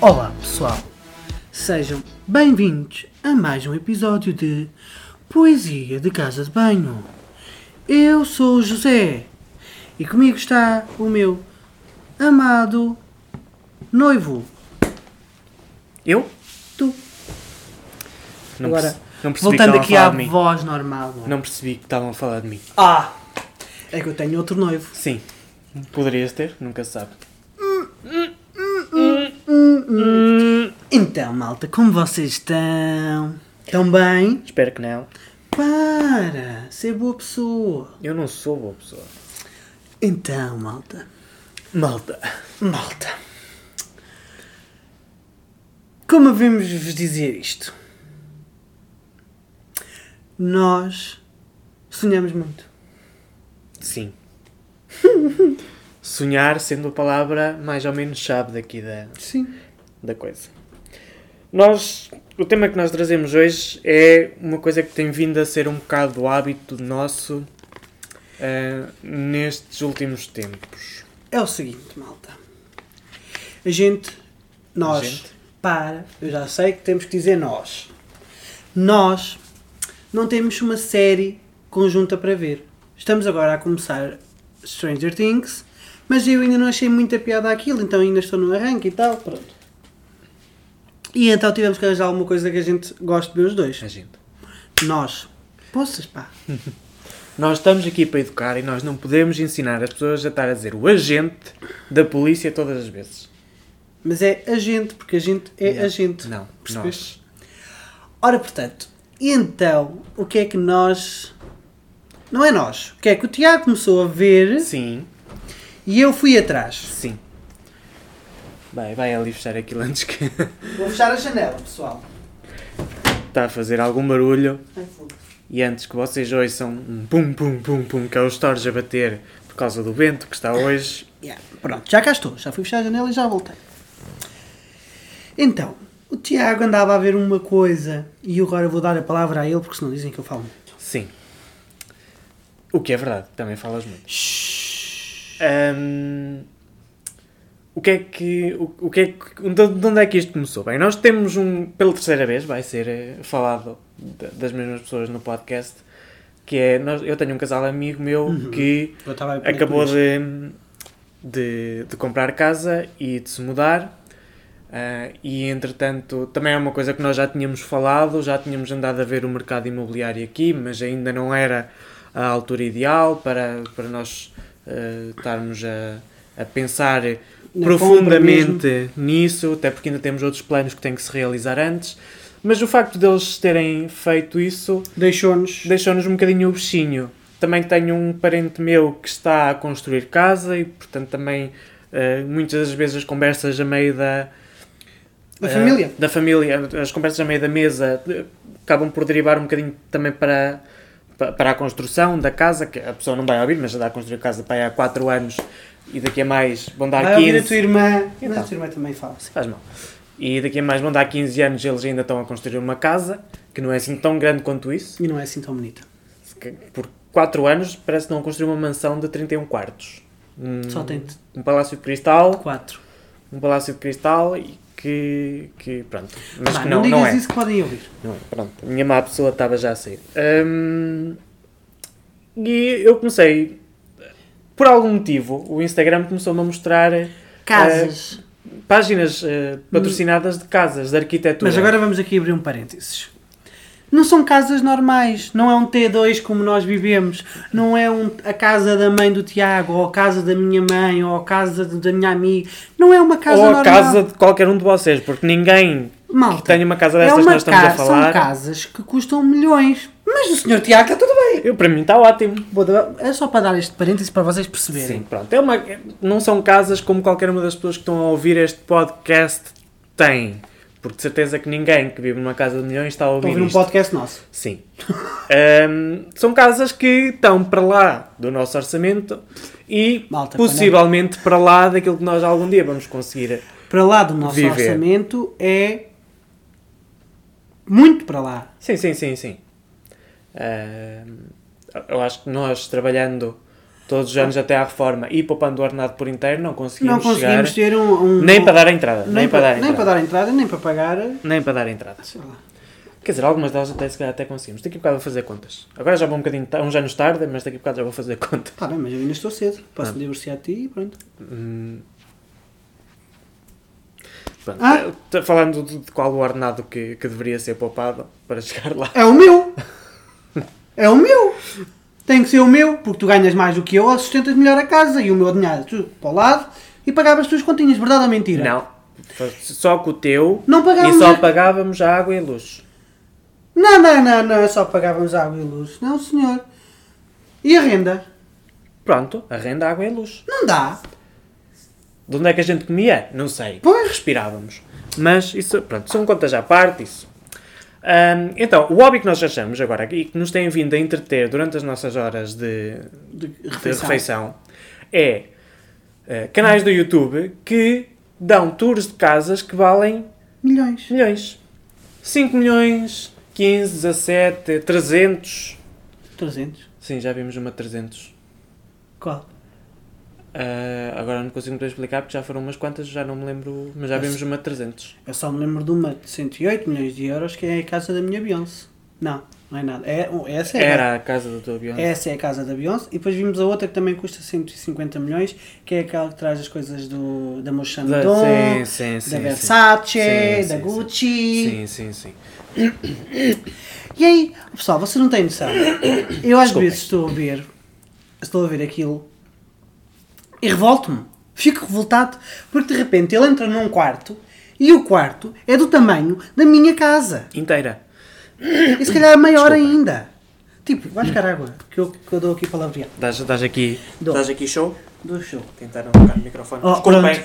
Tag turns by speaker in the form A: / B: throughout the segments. A: Olá pessoal, sejam bem-vindos a mais um episódio de Poesia de Casa de Banho. Eu sou o José e comigo está o meu amado noivo.
B: Eu?
A: Tu.
B: Não
A: Agora,
B: perce- não percebi
A: voltando
B: que
A: aqui à
B: estavam a falar de mim.
A: voz normal. não é?
B: Não percebi que estavam a falar de mim.
A: Ah, é que eu tenho outro noivo.
B: Sim. Poderias ter, nunca se sabe.
A: Então, malta, como vocês estão? Estão bem?
B: Espero que não.
A: Para ser boa pessoa.
B: Eu não sou boa pessoa.
A: Então, malta,
B: Malta.
A: malta. Como havemos de vos dizer isto? Nós sonhamos muito.
B: Sim. Sonhar sendo a palavra mais ou menos chave daqui da,
A: Sim.
B: da coisa. Nós, o tema que nós trazemos hoje é uma coisa que tem vindo a ser um bocado do hábito nosso ah, nestes últimos tempos.
A: É o seguinte, malta. A gente, nós,
B: A gente?
A: para, eu já sei que temos que dizer nós. Nós não temos uma série conjunta para ver. Estamos agora a começar Stranger Things, mas eu ainda não achei muita piada àquilo, então ainda estou no arranque e tal, pronto. E então tivemos que arranjar alguma coisa que a gente goste de ver os dois.
B: A gente.
A: Nós. Poças, pá.
B: Nós estamos aqui para educar e nós não podemos ensinar as pessoas a estar a dizer o agente da polícia todas as vezes.
A: Mas é a gente, porque a gente é
B: Yeah.
A: a gente.
B: Não,
A: Percebeste? Ora, portanto, e então, o que é que nós. Não é nós. O que é que o Tiago começou a ver
B: Sim,
A: e eu fui atrás.
B: sim. Vai, vai ali fechar aquilo antes que
A: Vou fechar a janela, pessoal.
B: está tá a fazer algum barulho
A: Ai, foda.
B: e antes que vocês ouçam um pum pum pum pum que é os torres a bater por causa do vento que está hoje.
A: Yeah, Pronto, já cá estou. Já fui fechar a janela e já voltei. Então, o Tiago andava a ver uma coisa e eu agora vou dar a palavra a ele porque senão dizem que eu falo muito.
B: Sim. O que é verdade, também falas muito.
A: Shhh.
B: Hum, o que é que. O, o que é que de de onde é que isto começou? Bem, nós temos um. Pela terceira vez, vai ser eh, falado da- das mesmas pessoas no podcast, que é. Nós, eu tenho um casal amigo meu que
A: Eu estava a aprender
B: acabou
A: com isto.
B: de, de, de comprar casa e de se mudar. ah, e entretanto, também é uma coisa que nós já tínhamos falado, já tínhamos andado a ver o mercado imobiliário aqui, mas ainda não era a altura ideal para, para nós ah, estarmos a, a pensar
A: Na
B: profundamente nisso, até porque ainda temos outros planos que têm que se realizar antes. Mas o facto deles terem feito isso
A: Deixou-nos.
B: deixou-nos um bocadinho o bichinho. Também tenho um parente meu que está a construir casa e, portanto, também eh, muitas das vezes as conversas a meio da,
A: Da
B: eh,
A: família.
B: da família, as conversas a meio da mesa eh, acabam por derivar um bocadinho também para, pa- para a construção da casa, que a pessoa não vai ouvir, mas já dá a construir casa para aí há 4 anos e daqui a mais vão dar
A: Vai
B: 15.
A: ouvir a tua irmã. Mas a
B: Então.
A: tua irmã também fala assim.
B: Faz mal. E daqui a mais vão dar 15 anos eles ainda estão a construir uma casa, que não é assim tão grande quanto isso.
A: E não é assim tão bonita.
B: que por 4 anos parece que não construiu uma mansão de 31 quartos. Um,
A: Só tem de-
B: um palácio de cristal,
A: Quatro.
B: um palácio de cristal e que, que pronto, mas
A: Pá,
B: que
A: Ah, não,
B: não, não,
A: digas
B: é.
A: isso que podem ouvir.
B: Não é, pronto, a minha má pessoa estava já a sair. Hum, e eu comecei, por algum motivo, o Instagram começou-me a mostrar eh,
A: Casas.
B: Ah, páginas eh, patrocinadas de casas, de arquitetura.
A: Mas agora vamos aqui abrir um parênteses. Não são casas normais, não é um T2 como nós vivemos, não é um- a casa da mãe do Tiago, ou a casa da minha mãe, ou a casa de- da minha amiga. Não é uma casa
B: Ou a
A: normal.
B: casa de qualquer um de vocês, porque ninguém
A: Malta,
B: que tenha uma casa dessas
A: é
B: que
A: uma
B: nós estamos a
A: casa- São
B: falar.
A: casas que custam milhões. Mas o senhor Tiago está tudo bem.
B: Eu, para mim está ótimo.
A: Vou dar- É só para dar este parênteses para vocês perceberem.
B: Sim, pronto. É uma, não são casas como qualquer uma das pessoas que estão a ouvir este podcast tem. Porque de certeza que ninguém que vive numa casa de milhões está a ouvir
A: Estão a ouvir um
B: isto.
A: podcast nosso.
B: Sim. Ahm, são casas que estão para lá do nosso orçamento e
A: Malta,
B: possivelmente para lá daquilo que nós algum dia vamos conseguir.
A: Para lá do nosso
B: Viver.
A: orçamento é muito para lá.
B: Sim, sim, sim, sim. Ahm, eu acho que nós trabalhando todos os anos até à reforma e poupando o ordenado por inteiro, não conseguimos,
A: não conseguimos
B: chegar
A: ter um, um-
B: nem para dar a entrada.
A: nem,
B: para dar a
A: nem
B: entrada.
A: para dar entrada, nem para pagar.
B: Nem para dar entrada.
A: Sei lá.
B: Quer dizer, algumas delas até, se calhar, até conseguimos. Daqui a bocado vou fazer contas. Agora já vou um bocadinho, ta- uns anos tarde, mas daqui a bocado já vou fazer conta.
A: Está Tá bem, mas eu ainda estou cedo.
B: Ah.
A: Posso me divorciar de ti e pronto.
B: Hum. Pronto,
A: Ah.
B: eh, t- Falando de, de qual o ordenado que, que deveria ser poupado para chegar lá.
A: É o meu! É o meu! Tem que ser o meu, porque tu ganhas mais do que eu ou sustentas melhor a casa e o meu alinhado tu para o lado e pagavas as tuas continhas, verdade ou mentira?
B: Não. Só com o teu
A: Não
B: e
A: pagávamos.
B: só pagávamos a água e a luz.
A: Não, não, não, não, só pagávamos água e luz. Não, senhor. E a renda?
B: Pronto, a renda, água e luz.
A: Não dá.
B: De onde é que a gente comia? Não sei.
A: Pois.
B: Respirávamos. Mas isso, pronto, são contas à parte, isso. Ahm, então, o hobby que nós achamos agora e que nos tem vindo a entreter durante as nossas horas de,
A: De
B: de refeição é eh, canais do YouTube que dão tours de casas que valem
A: Milhões.
B: milhões. 5 milhões, 15, 17, 300.
A: 300.
B: Sim, já vimos uma 300.
A: Qual?
B: Ah, agora não consigo muito bem explicar porque já foram umas quantas, já não me lembro, mas já vimos uma 300.
A: Eu só me lembro de uma de 108 milhões de euros que é a casa da minha Beyoncé. Não, não é nada. É, um- essa é
B: Era a casa do teu avião.
A: Essa é a casa da Beyoncé. E depois vimos a outra que também custa 150 milhões, que é aquela que traz as coisas do, da
B: Da-
A: Mochandon, da,
B: sim, sim,
A: Versace,
B: Sim,
A: da
B: sim,
A: Gucci.
B: Sim, sim, sim.
A: E aí, pessoal, você não tem noção. Eu às
B: Desculpem.
A: vezes estou a ver, estou a ver aquilo e revolto-me. Fico revoltado porque de repente ele entra num quarto e o quarto é do tamanho da minha casa.
B: Inteira.
A: E se calhar é maior
B: Desculpem.
A: ainda. Tipo, vai buscar água, que eu, que eu dou aqui palavreado.
B: Dás, dás aqui.
A: Dou.
B: Dás aqui show?
A: Do show.
B: Tentaram tocar no microfone.
A: Oh,
B: Desculpem.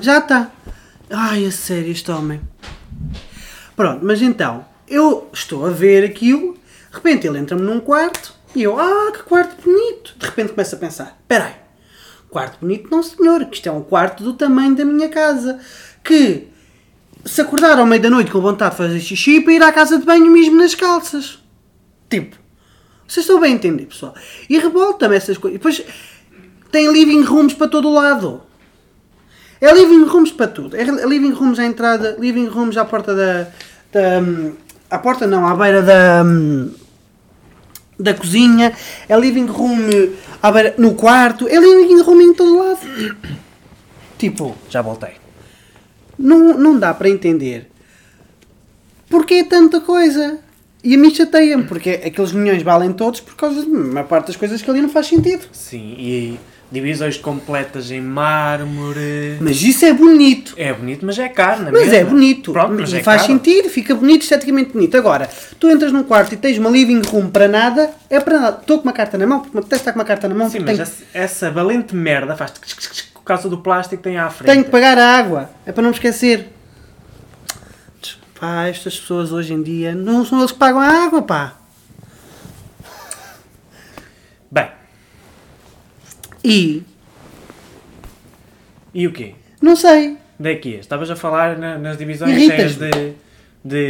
A: Já está. Ai, a sério, este homem. Pronto, mas então, eu estou a ver aquilo, de repente ele entra-me num quarto e eu, ah, que quarto bonito. De repente começo a pensar, peraí, quarto bonito não senhor, que isto é um quarto do tamanho da minha casa, que se acordar ao meio da noite com vontade de fazer xixi para ir à casa de banho mesmo nas calças. Tipo, vocês estão bem a entender, pessoal. E revolta-me essas coisas. E depois tem living rooms para todo o lado. É living rooms para tudo. É living rooms à entrada, living rooms à porta da. da hum, à porta não, à beira da. hum, da cozinha. É living room à beira, no quarto. É living room em todo lado. Tipo,
B: Já voltei.
A: não, não dá para entender porque é tanta coisa. E a mim chateia-me, porque aqueles milhões valem todos por causa de uma parte das coisas que ali não faz sentido.
B: Sim, e divisões completas em mármore.
A: Mas isso é bonito.
B: É bonito, mas é caro, não é
A: Mas é
B: mesmo?
A: bonito.
B: Pronto, mas é
A: faz
B: caro.
A: sentido, fica bonito, esteticamente bonito. Agora, tu entras num quarto e tens uma living room para nada, é para nada. Estou com uma carta na mão, porque me apetece estar com uma carta na mão,
B: Sim,
A: porque
B: mas
A: tenho,
B: essa, essa valente merda faz tch, tch, tch, tch, por causa do plástico que tem à frente.
A: tenho que pagar a água, é para não me esquecer. Pá, estas pessoas hoje em dia não são eles que pagam a água, pá.
B: Bem,
A: E
B: e o quê?
A: não sei.
B: Daqui, estavas a falar na- nas divisões
A: Irritas-me.
B: cheias de,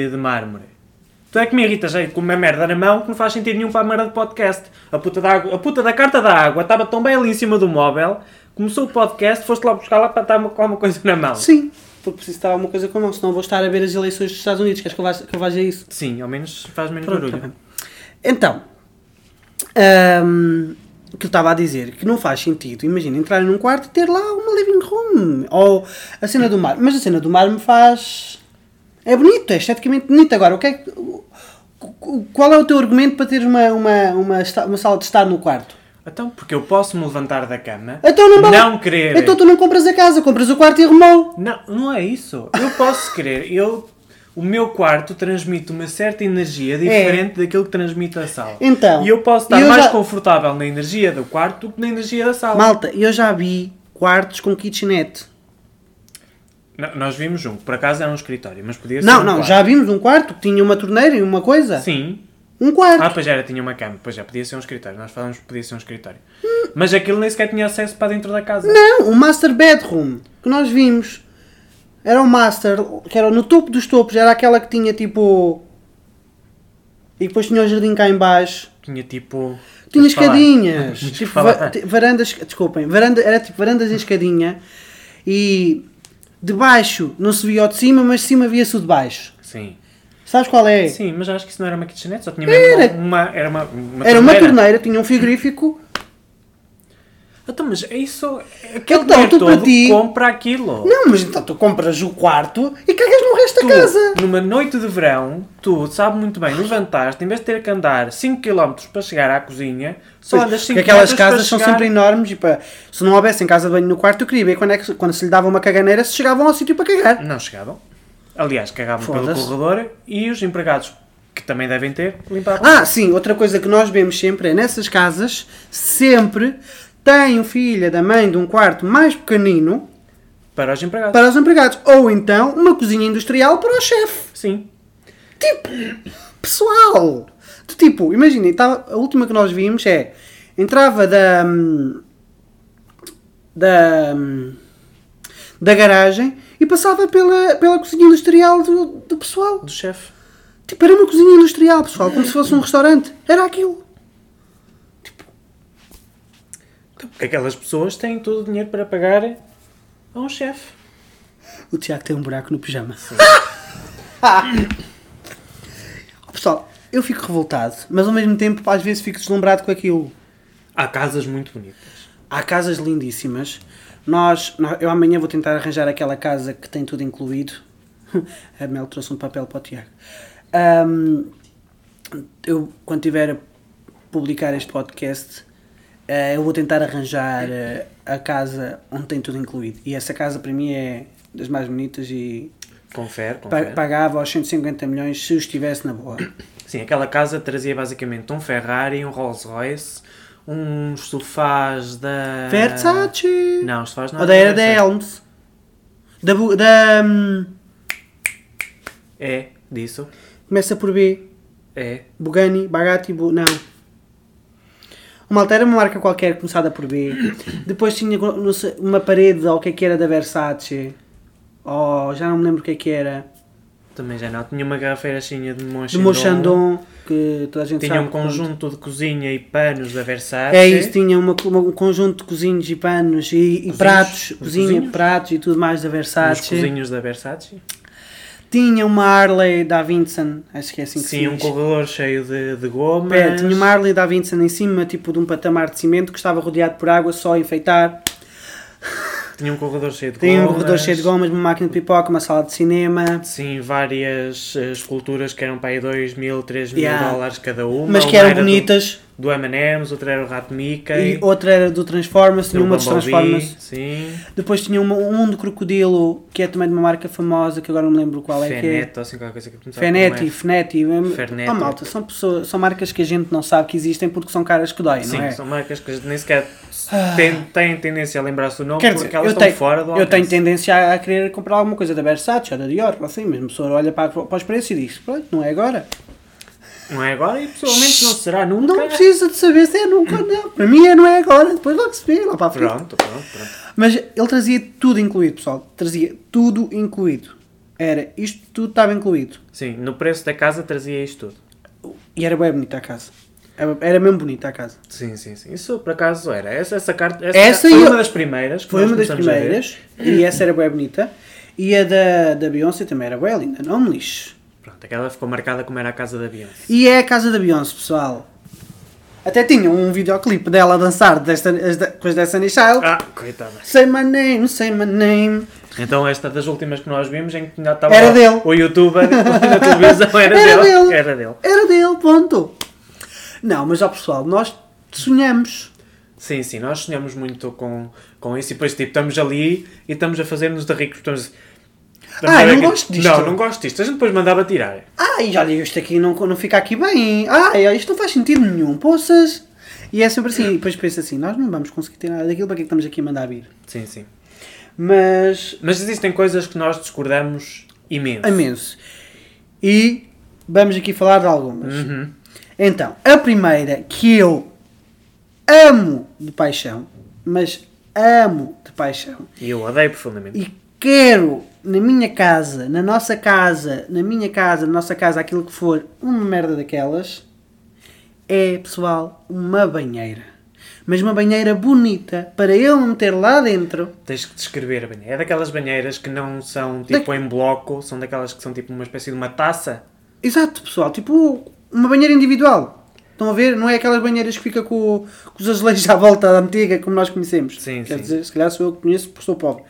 B: de, de mármore. Tu é que me irritas aí com uma merda na mão que não faz sentido nenhum para a merda de podcast. A puta da, água- a puta da carta da água estava tão bem ali em cima do móvel, começou o podcast, foste lá buscar lá para estar uma- com alguma coisa na mão.
A: Sim, porque preciso estar alguma coisa com a mão, senão vou estar a ver as eleições dos Estados Unidos. Queres que eu vá, que eu vá ver isso?
B: Sim, ao menos faz menos
A: Pronto, tá
B: barulho.
A: bem. Então, hum, o que eu estava a dizer, que não faz sentido, imagina, entrar num quarto e ter lá uma living room, ou a cena do mar, mas a cena do mar me faz... É bonito, é esteticamente bonito. Agora, o que é que- o- o- qual é o teu argumento para ter uma, uma, uma, esta- uma sala de estar no quarto?
B: Então, porque eu posso me levantar da cama,
A: Então não vale-
B: não querer.
A: Então tu não compras a casa, compras o quarto e arrumou.
B: Não, não é isso. Eu posso querer. Eu, o meu quarto transmite uma certa energia diferente daquilo que transmite a sala.
A: É. Então,
B: e eu posso estar
A: eu
B: mais
A: já-
B: confortável na energia do quarto do que na energia da sala.
A: Malta, eu já vi quartos com kitchenette.
B: Não, nós vimos um, que por acaso era um escritório, mas podia ser.
A: não,
B: um
A: não,
B: quarto.
A: já vimos um quarto que tinha uma torneira e uma coisa.
B: Sim.
A: Um quarto.
B: Ah, pois era, tinha uma cama. Pois já, podia ser um escritório. Nós falamos que podia ser um escritório. Mas aquilo nem sequer tinha acesso para dentro da casa.
A: Não, o Master Bedroom que nós vimos era o Master, que era no topo dos topos, era aquela que tinha tipo. E depois tinha o jardim cá em baixo.
C: Tinha tipo.
A: Tinha
B: Tens de falar.
A: escadinhas.
B: Tens de
A: tipo,
B: falar.
A: va- ti- varandas, desculpem, varanda, era tipo varandas em escadinha e de baixo não se via o de cima, mas de cima via-se o de baixo.
C: Sim.
A: Sabes qual é?
B: Sim, mas acho que isso não era uma kitchenette, só tinha
A: Era.
B: mesmo uma, era uma, uma
A: era uma torneira, tinha um frigorífico.
B: Então, mas é isso. Aquele
A: Então,
B: dinheiro
A: tu para
B: todo
A: ti-
B: compra aquilo.
A: Não, mas então tu compras o quarto e cagas no resto
B: Tu,
A: da casa.
B: numa noite de verão, tu sabes muito bem, levantaste, em vez de ter que andar 5km para chegar à cozinha, só andas 5
A: Porque aquelas casas são sempre enormes e pá, se não houvessem casa de banho no quarto, eu queria ver quando, é que, se- quando se lhe dava uma caganeira se chegavam ao sítio para cagar.
B: Não chegavam. Aliás, cagavam pelo
A: Foda-se.
B: corredor e os empregados, que também devem ter, limpavam.
A: Ah, sim, outra coisa que nós vemos sempre é nessas casas, sempre tem o filho da mãe de um quarto mais pequenino
B: Para os empregados.
A: para os empregados. Ou então uma cozinha industrial para o chefe.
B: Sim.
A: Pessoal! Do tipo, imaginem, tava- a última que nós vimos é. Entrava da. hum, da. hum, da garagem e passava pela, pela cozinha industrial do, do pessoal.
B: Do chefe.
A: Tipo, era uma cozinha industrial, pessoal, como se fosse um restaurante. Era aquilo.
B: Então, Porque aquelas pessoas têm todo o dinheiro para pagar a um chefe.
A: O Tiago tem um buraco no pijama. Oh, Pessoal, eu fico revoltado, mas ao mesmo tempo às vezes fico deslumbrado com aquilo.
B: Há casas muito bonitas.
A: Há casas lindíssimas. Nós, nó- eu amanhã vou tentar arranjar aquela casa que tem tudo incluído. A Mel trouxe um papel para o Tiago. Ahm, eu, quando tiver a publicar este podcast, eh, eu vou tentar arranjar eh, a casa onde tem tudo incluído. E essa casa para mim é das mais bonitas e
B: Confere,
A: pa-
B: confere.
A: pagava aos 150 milhões se eu estivesse na boa.
B: Sim, aquela casa trazia basicamente um Ferrari, um Rolls Royce, uns sofás da.
A: Versace!
B: Ah. Não, os sofás não. é
A: Ou da era da
B: Versace.
A: Elms. Da, bu- da, hum,
B: É, disso.
A: começa por B.
B: É.
A: Bugani, Bagatti, Bu... não. Uma altera uma marca qualquer começada por B. Depois tinha não sei, uma parede ou o que é que era da Versace. Oh, já não me lembro o que é que era.
B: Também já não. Tinha uma garrafeira chinha de
A: De
B: Monchandon.
A: Mochandon, que toda a gente
B: Tinha
A: sabe.
B: um conjunto de cozinha e panos da Versace.
A: É isso, tinha uma- uma- um conjunto de cozinhos e panos e, e
B: Cozinhos?
A: pratos,
B: Os
A: cozinha,
B: cozinhos?
A: pratos e tudo mais da
B: Os
A: Versace.
B: cozinhos da Versace.
A: Tinha uma Harley da Vinson, acho que é assim que se
B: Sim, um
A: diz.
B: corredor cheio de, de gomas.
A: Pé, tinha uma Harley da Vinson em cima, tipo de um patamar de cimento que estava rodeado por água só a enfeitar.
B: Tinha um corredor cheio de
A: Tem um
B: gomas.
A: corredor cheio de gomas, uma máquina de pipoca, uma sala de cinema,
B: Sim, várias eh, esculturas que eram para aí 2 mil, 3 mil
A: Yeah.
B: dólares cada uma.
A: mas que
B: Uma
A: eram
B: era do-
A: bonitas.
B: Do M&M's, outra era o Rato Mickey.
A: E outra era do Transformers, tinha
B: do
A: uma dos
B: Bumblebee,
A: Transformers.
B: Sim.
A: Depois tinha uma- um de crocodilo, que é também de uma marca famosa, que agora não me lembro qual é que é.
B: Fenet, ou assim, qualquer coisa que começava
A: Fenetti,
B: com
A: Fenetti.
B: Fernetti.
A: Oh, malta, são, pessoas, são marcas que a gente não sabe que existem porque são caras que doem,
B: F.
A: não
B: Sim,
A: é?
B: são marcas que nem sequer têm, têm tendência a lembrar-se do nome
A: Quer
B: porque
A: dizer,
B: elas
A: eu
B: estão
A: tenho,
B: fora do
A: eu tenho
B: alcance.
A: tendência a, a querer comprar alguma coisa da Versace ou da Dior, ou assim, mas a pessoa olha para, para os preços e diz: Pronto, não é agora.
B: Não é agora e possivelmente não será nunca.
A: Não precisa de saber se é nunca, não. Para mim é, não é agora, depois logo se vê, lá para a frente.
B: Pronto, pronto, pronto.
A: Mas ele trazia tudo incluído, pessoal. Trazia tudo incluído. Era, isto tudo estava incluído.
B: Sim, no preço da casa trazia isto tudo.
A: E era bem bonita a casa. Era- Era mesmo bonita a casa.
B: Sim, sim, sim. Isso por acaso era. Essa, essa carta essa,
A: Essa
B: foi
A: e
B: uma
A: eu-
B: das primeiras. que
A: Foi
B: nós
A: uma das
B: começamos a ver.
A: primeiras. E essa era bem bonita. E a da, da Beyoncé também era bem linda, não me lixo.
B: Pronto, aquela ficou marcada como era a casa da Beyoncé.
A: E é a casa da Beyoncé, pessoal. Até tinha um videoclipe dela a dançar desta, as da- com as Destiny Child.
B: Ah, coitada.
A: Say my name, say my name.
B: Então esta das últimas que nós vimos em que ainda estava
A: Era
B: o-
A: dele.
B: o youtuber na televisão era,
A: Era
B: dele.
A: dele.
B: Era dele.
A: Era dele, ponto. Não, mas ó pessoal, nós sonhamos.
B: Sim, sim, nós sonhamos muito com, com isso e depois tipo, estamos ali e estamos a fazer-nos de ricos. Estamos... estamos
A: Ah,
B: a ver
A: não gosto disto.
B: Não, não gosto disto. A gente depois mandava tirar.
A: Ai, olha, isto aqui não, não fica aqui bem. Ai, isto não faz sentido nenhum, poças. E é sempre assim. E depois pensa assim, nós não vamos conseguir ter nada daquilo, para que é que estamos aqui a mandar vir?
B: Sim, sim.
A: Mas,
B: Mas existem coisas que nós discordamos imenso.
A: imenso. E vamos aqui falar de algumas.
B: Uhum.
A: Então, a primeira que eu amo de paixão, mas amo de paixão,
B: E eu odeio profundamente.
A: e quero na minha casa, na nossa casa, na minha casa, na nossa casa, aquilo que for, uma merda daquelas, é, pessoal, uma banheira. Mas uma banheira bonita para ele meter lá dentro.
B: Tens que descrever a banheira. É daquelas banheiras que não são tipo em bloco, são daquelas que são tipo uma espécie de uma taça.
A: Exato, pessoal, tipo uma banheira individual. Estão a ver? Não é aquelas banheiras que fica com, com os azulejos à volta da antiga, como nós conhecemos.
B: Sim,
A: Quer
B: sim.
A: dizer, se calhar sou eu que conheço porque sou pobre.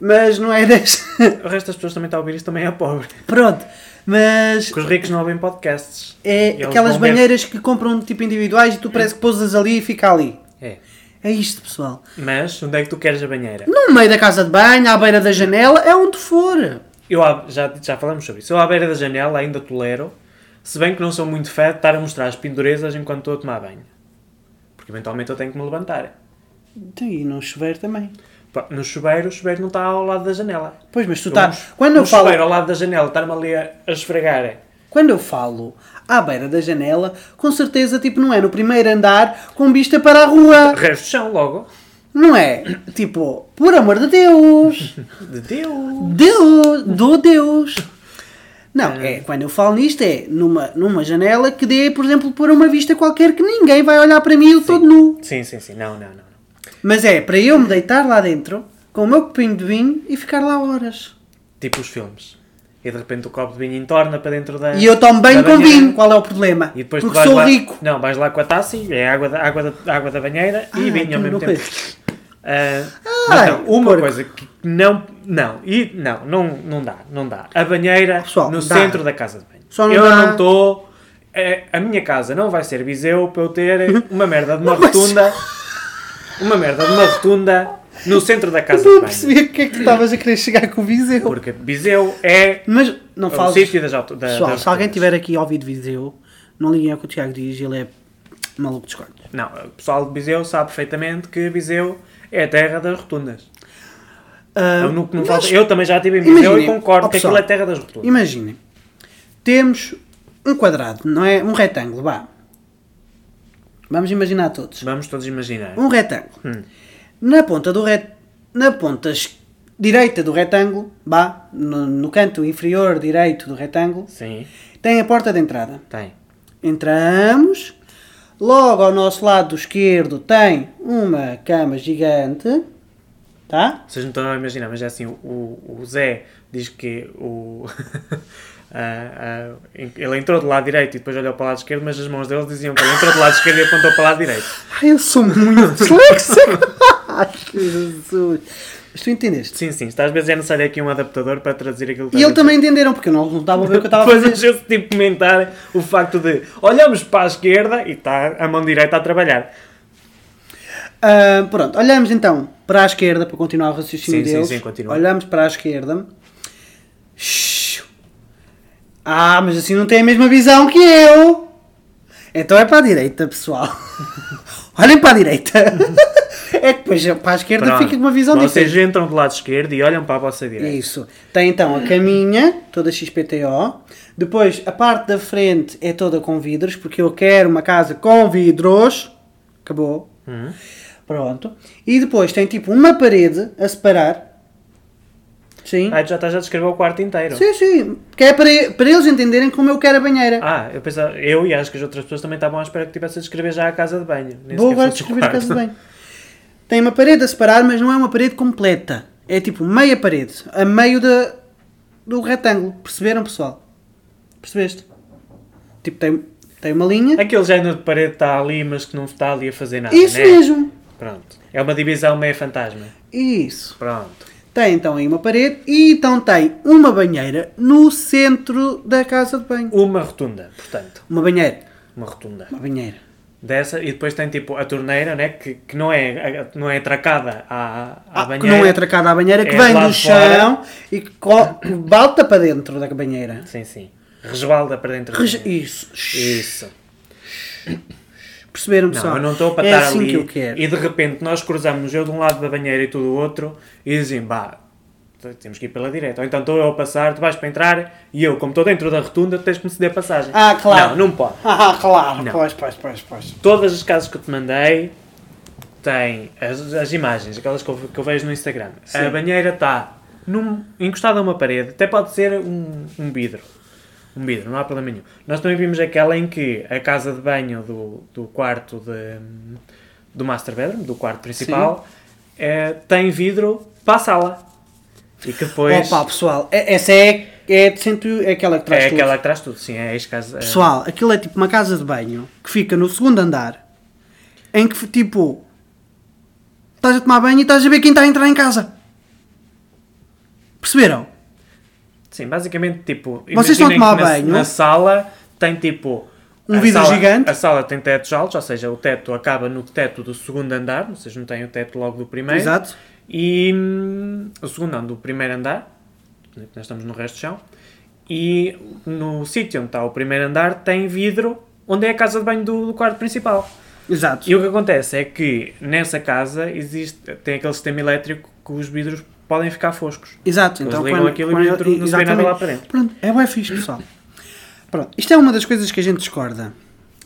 A: Mas não é desta.
B: O resto das pessoas também está a ouvir isto também é pobre.
A: Pronto. Mas
B: Porque os ricos não ouvem podcasts.
A: é
B: Eles
A: aquelas
B: vão ver-
A: banheiras que compram tipo individuais e tu parece que pousas ali e fica ali.
B: É.
A: É isto, pessoal.
B: Mas onde é que tu queres a banheira?
A: No meio da casa de banho, à beira da janela, é onde for.
B: Eu à- já, já falamos sobre isso. Eu à beira da janela ainda tolero, se bem que não sou muito fã de estar a mostrar as pendurezas enquanto estou a tomar banho. Porque eventualmente eu tenho que me levantar.
A: Então, E não chover também.
B: Pá, No chuveiro, o chuveiro não está ao lado da janela.
A: Pois, mas tu
B: Eu,
A: tá.
B: Então, no-
A: Quando
B: no
A: eu falo.
B: chuveiro ao lado da janela, estar-me ali a, a esfregar.
A: Quando eu falo à beira da janela, com certeza, tipo, não é no primeiro andar com vista para a rua.
B: Resto do chão, logo.
A: Não é? Tipo, por amor de Deus!
B: De Deus!
A: Deus! Do Deus! Não, é, quando eu falo nisto é numa, numa janela que dê, por exemplo, por uma vista qualquer que ninguém vai olhar para mim eu todo nu.
B: Sim, sim, sim. Não, não, não. não.
A: Mas é para eu me deitar lá dentro com o meu copinho de vinho e ficar lá horas.
B: Tipo os filmes. E de repente o copo de vinho entorna para dentro da.
A: E eu tomo bem
B: da
A: com
B: banheira.
A: vinho, qual é o problema?
B: É. E depois tu
A: Porque
B: vais
A: sou
B: lá,
A: rico.
B: Não, vais lá com a taça e é água da, água da, água da banheira
A: Ah,
B: e vinho
A: então
B: ao
A: não
B: mesmo tempo. Ah,
A: Ai,
B: então, uma
A: porco.
B: coisa que não. Não, e não, não, não dá, não dá. A banheira
A: Pessoal,
B: no
A: dá.
B: centro da casa de banho.
A: Só não
B: eu
A: dá.
B: não estou. A minha casa não vai ser Viseu para eu ter uma merda de uma
A: Não vai ser.
B: rotunda. Uma merda de uma rotunda no centro da casa
A: Eu
B: de
A: não
B: banho.
A: percebi o que é que tu estavas a querer chegar com o Viseu.
B: Porque Viseu é
A: Mas não
B: o
A: fales.
B: sítio das auto- da-
A: Pessoal,
B: das
A: se alguém
B: rotundas.
A: tiver aqui ouvido Viseu, não liguem ao que o Tiago diz, ele é maluco de escolhas.
B: Não, o pessoal de Viseu sabe perfeitamente que Viseu é a terra das rotundas. É
A: Ah,
B: eu, nunca- não
A: mas-
B: falta- eu também já estive em Viseu e
A: imaginem,
B: concordo
A: ó,
B: que
A: pessoal,
B: aquilo é a terra das rotundas.
A: Imaginem, temos um quadrado, não é? Um retângulo, vá. Vamos imaginar todos.
B: Vamos todos imaginar. Hum,
A: Um retângulo. Na ponta do ret... Na ponta es- direita do retângulo, vá, no, no canto inferior direito do retângulo,
B: Sim,
A: tem a porta de entrada.
B: tem.
A: Entramos. Logo ao nosso lado esquerdo tem uma cama gigante. Tá?
B: Vocês não estão a imaginar, mas é assim, o, o Zé diz que o... ah, ah, ele entrou do lado direito e depois olhou para o lado esquerdo, mas as mãos dele diziam que ele entrou do lado esquerdo e apontou para o lado direito.
A: Ai, eu sou muito disléxico. Ai, Jesus. Mas tu entendeste?
B: Sim, sim, isto às vezes é necessário aqui um adaptador para traduzir aquilo que
A: E
B: estás
A: eles
B: a
A: também entenderam, porque eu não não estava a ver o que eu estava a
B: Depois
A: fazer.
B: achou-se tipo comentar o facto de olhamos para a esquerda e está a mão direita a trabalhar.
A: Ah, pronto, olhamos então para a esquerda, para continuar o raciocínio
B: Sim, sim,
A: deles.
B: sim, continua.
A: Olhamos para a esquerda. Shhh. Ah, mas assim não tem a mesma visão que eu. Então é para a direita, pessoal. Olhem para a direita. é que depois para a esquerda
B: Pronto.
A: fica com uma visão
B: Vocês
A: diferente.
B: entram do lado esquerdo e olham para a vossa direita.
A: Isso. Tem então a caminha, toda XPTO. Depois a parte da frente é toda com vidros, porque eu quero uma casa com vidros. Acabou.
B: Hum?
A: Pronto. E depois tem tipo uma parede a separar. Sim.
B: Ah, tu já estás a descrever o quarto inteiro.
A: Sim, sim. Que é para, para eles entenderem como eu quero a banheira.
B: Ah, eu pensava, eu e acho que as outras pessoas também estavam à espera que tivesse a descrever já a casa de banho. Nem
A: Vou
B: sequer
A: agora
B: fosse o
A: descrever a
B: quarto.
A: casa de banho. Tem uma parede a separar, mas não é uma parede completa. É tipo meia parede, a meio da, do retângulo. Perceberam, pessoal? Percebeste? Tipo, tem, tem uma linha.
B: Aquele género de parede que está ali, mas É que não está ali a fazer nada.
A: Isso
B: né?
A: mesmo.
B: Pronto. É uma divisão meio fantasma.
A: Isso.
B: Pronto.
A: Tem então aí uma parede e então tem uma banheira no centro da casa de banho.
B: Uma rotunda, portanto.
A: Uma banheira.
B: Uma rotunda.
A: Uma banheira.
B: dessa e depois tem tipo a torneira né que, que não é a- não é atracada à,
A: Ah,
B: à
A: que
B: banheira
A: não é atracada à banheira, que
B: É
A: vem
B: lá
A: do
B: de fora.
A: chão e que co- que balta para dentro da banheira.
B: sim sim resbalda para dentro da
A: Reje-
B: banheira.
A: Isso.
B: isso
A: Perceberam, pessoal?
B: não eu não estou para
A: é
B: estar
A: assim
B: ali
A: que eu quero.
B: e de repente nós cruzamos eu de um lado da banheira e tu do outro e dizem bah t- temos que ir pela direita ou então estou eu a passar tu vais para entrar e eu como estou dentro da rotunda tens que me ceder passagem
A: Ah, claro.
B: não não pode
A: Ah, claro.
B: Não.
A: Pois, pois, pois, pois.
B: todas as casas que eu te mandei têm as, as imagens, aquelas que eu, que eu vejo no Instagram. tá A banheira está num- encostada a uma parede, até pode ser um, um vidro. um vidro, não há problema nenhum. Nós também vimos aquela em que a casa de banho do, do quarto de, do master bedroom, do quarto principal, eh, tem vidro para a sala. E que depois
A: Opa, pessoal, é- essa é, é, de cento, é aquela que traz
B: é
A: tudo.
B: aquela que traz tudo, sim, é a ex-casa.
A: Pessoal, aquilo é tipo uma casa de banho que fica no segundo andar em que tipo estás a tomar banho e estás a ver quem está a entrar em casa. Perceberam?
B: Sim, basicamente, tipo,
A: Vocês estão a
B: imaginem
A: tomar
B: que na,
A: banho?
B: na sala tem tipo
A: Um
B: a
A: vidro
B: sala-
A: gigante?
B: A sala tem tetos altos, ou seja, o teto acaba no teto do segundo andar, ou seja, não tem o teto logo do primeiro.
A: Exato.
B: E hum, o segundo não, do primeiro andar, né, que nós estamos no resto do chão. E no sítio onde está o primeiro andar tem vidro, onde é a casa de banho do, do quarto principal.
A: Exato.
B: E o que acontece é que nessa casa existe, tem aquele sistema elétrico que os vidros podem ficar foscos.
A: Exato.
B: Eles
A: Então,
B: ligam
A: quando,
B: aquilo e
A: quando
B: não entra- não se vê nada
A: exatamente.
B: lá para dentro.
A: Pronto, é bem fixe, pessoal. Pronto, isto é uma das coisas que a gente discorda.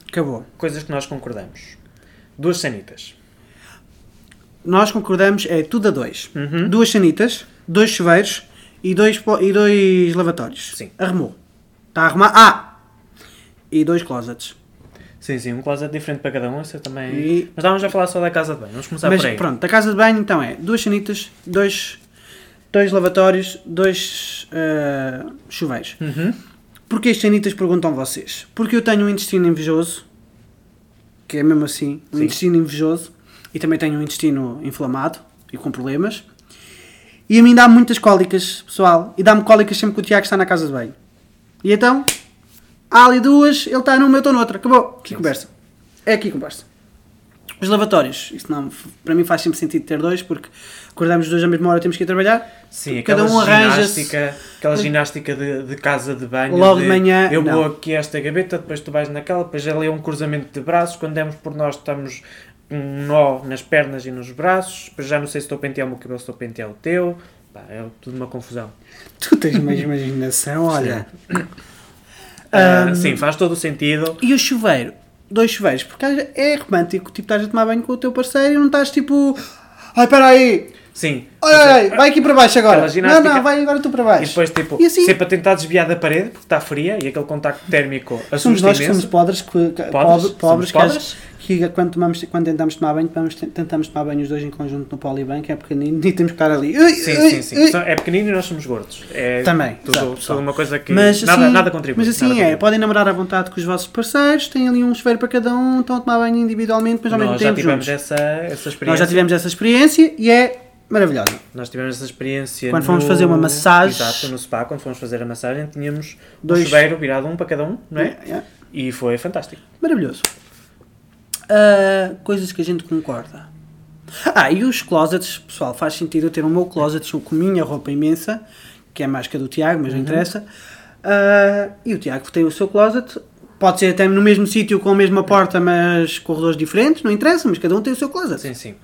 A: Acabou.
B: coisas que nós concordamos. Duas sanitas.
A: Nós concordamos, é tudo a dois. Duas sanitas, dois chuveiros e dois, po- e dois lavatórios.
B: Sim.
A: Arrumou. Está a arrumar. Ah! E dois closets.
B: Sim, sim, um closet diferente para cada um, isso eu também.
A: E-
B: Mas estávamos a falar só da casa de banho, vamos começar
A: Mas
B: por aí.
A: pronto, a casa de banho então é duas sanitas, dois, dois lavatórios, dois ah, chuveiros.
B: Uhum.
A: Porquê as sanitas perguntam vocês? Porque eu tenho um intestino invejoso, que é mesmo assim, um intestino invejoso, e também tenho um intestino inflamado e com problemas. E a mim dá muitas cólicas, pessoal, e dá-me cólicas sempre que o Tiago está na casa de banho. E então, há ali duas, ele está numa, eu estou noutra, acabou, aqui conversa. É aqui conversa. Os lavatórios, isso não, f- para mim faz sempre sentido ter dois, porque acordamos os dois à mesma hora temos que ir trabalhar.
B: Sim,
A: cada
B: aquela
A: um arranja-se.
B: ginástica, aquela ginástica de, de casa de banho.
A: Logo de manhã,
B: Eu
A: não.
B: vou aqui a esta gaveta, depois tu vais naquela, depois ali é um cruzamento de braços. Quando demos por nós, estamos um nó nas pernas e nos braços. Depois já não sei se estou a pentear o meu cabelo, se estou a pentear o teu. Pá, é tudo uma confusão.
A: Tu tens mais imaginação, olha.
B: Ah, sim, faz todo o sentido.
A: E o chuveiro? Dois chuveiros, porque é romântico, tipo, estás a tomar banho com o teu parceiro e não estás tipo. Ai, espera aí!
B: Sim.
A: Ai, ai, vai aqui para baixo agora!
B: Aquela é- ginástica-
A: Não, não, vai agora tu para
B: E
A: baixo!
B: depois, tipo,
A: E assim-
B: sempre a tentar desviar da parede, porque está fria e aquele contacto térmico
A: Somos
B: assusta
A: nós que
B: imenso.
A: somos podres, que, que-
B: Podres?
A: pobre- pobres,
B: Somos
A: que, às-
B: podres?
A: que quando, tomamos, quando tentamos tomar banho, tomamos- tentamos tomar banho os dois em conjunto no polibanco, é pequenino, e temos que estar ali. Ui,
B: Sim,
A: ui,
B: sim, sim.
A: ui.
B: Só- É pequenino e nós somos gordos. É
A: Também,
B: Tudo,
A: exato,
B: tudo
A: pessoal.
B: uma coisa que
A: Mas
B: nada,
A: assim,
B: nada contribui.
A: Mas assim
B: nada
A: é,
B: contribui.
A: podem namorar à vontade com os vossos parceiros, têm ali um chuveiro para cada um, estão a tomar banho individualmente, mas ao mesmo
B: Nós já
A: tempo
B: tivemos
A: juntos.
B: essa, essa experiência.
A: Nós já tivemos essa experiência e é maravilhosa.
B: Nós tivemos essa experiência
A: Quando
B: no-
A: fomos fazer uma massagem-
B: Exato, no spa, quando fomos fazer a massagem, tínhamos
A: Dois-
B: um chuveiro virado um para cada um, não é?
A: É, é.
B: E foi fantástico.
A: Maravilhoso. Ah, coisas que a gente concorda. Ah, e os closets, pessoal, faz sentido eu ter o meu closet sou com a minha roupa imensa, que é mais que a do Tiago, mas não
B: Uhum.
A: interessa. Ah, e o Tiago tem o seu closet, pode ser até no mesmo sítio com a
B: É.
A: mesma porta, mas corredores diferentes, não interessa, mas cada um tem o seu closet.
B: Sim, sim.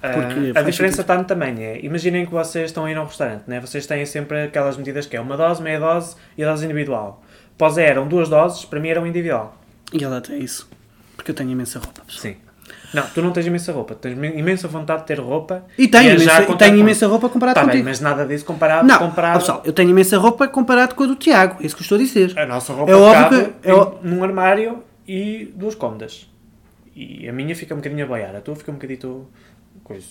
A: Porque
B: Ah, a
A: faz sentido.
B: diferença está no tamanho. É, imaginem que vocês estão a ir a um restaurante, né? vocês têm sempre aquelas medidas que é uma dose, meia dose e a dose individual. Pós eram duas doses, para mim era um individual.
A: E ele até isso, porque eu tenho imensa roupa, pessoal.
B: Sim. Não, tu não tens imensa roupa, tens imen- imensa vontade de ter roupa.
A: E tenho,
B: é já
A: imensa, e
B: contar
A: tenho
B: com-
A: imensa roupa comparado
B: Tá bem,
A: contigo.
B: mas nada disso comparado,
A: Não,
B: comparado
A: ah, pessoal, eu tenho imensa roupa comparado com a do Tiago, é isso que eu estou a dizer.
B: a nossa roupa
A: é óbvio
B: cabe
A: que- é
B: em-
A: ó-
B: num armário e duas cômodas. E a minha fica um bocadinho a boiar, a tua fica um bocadito coisa.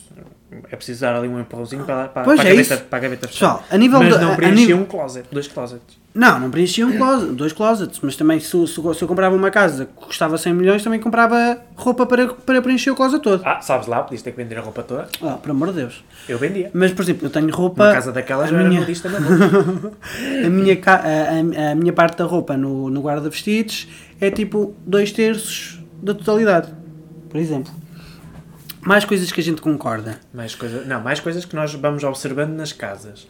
B: É preciso dar ali um empurrãozinho para, para,
A: Pois
B: para
A: é
B: a gaveta,
A: isso.
B: para a gaveta fechar.
A: Pessoal, a nível
B: mas
A: de- a-
B: não
A: a
B: preenchi
A: nível-
B: um closet, dois closets.
A: Não, não preenchia um closet, dois closets, mas também se, se- se eu comprava uma casa que custava 100 milhões, também comprava roupa para, para preencher o closet todo.
B: Ah, sabes lá, podias ter que vender a roupa toda.
A: Ah, por amor de Deus.
B: Eu vendia.
A: Mas, por exemplo, eu tenho roupa.
B: Uma casa daquelas
A: Ah, a
B: eu era
A: minha,
B: nudista na boa.
A: a, minha, ca- a, a- a minha parte da roupa no, no guarda-vestidos é tipo dois terços da totalidade, por exemplo. Mais coisas que a gente concorda.
B: mais coisa, Não, mais coisas que nós vamos observando nas casas.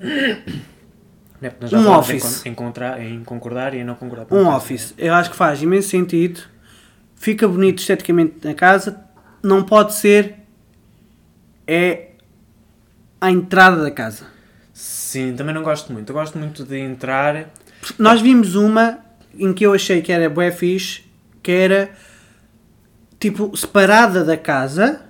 B: Não é porque nós já
A: Um
B: falamos
A: office.
B: Em, con- em, contra- em concordar e em não concordar. com
A: Um
B: coisa.
A: office, eu acho que faz imenso sentido, fica bonito esteticamente na casa, não pode ser é à entrada da casa.
B: Sim, também não gosto muito. Eu gosto muito de entrar.
A: Nós vimos uma em que eu achei que era bué fixe, que era tipo separada da casa,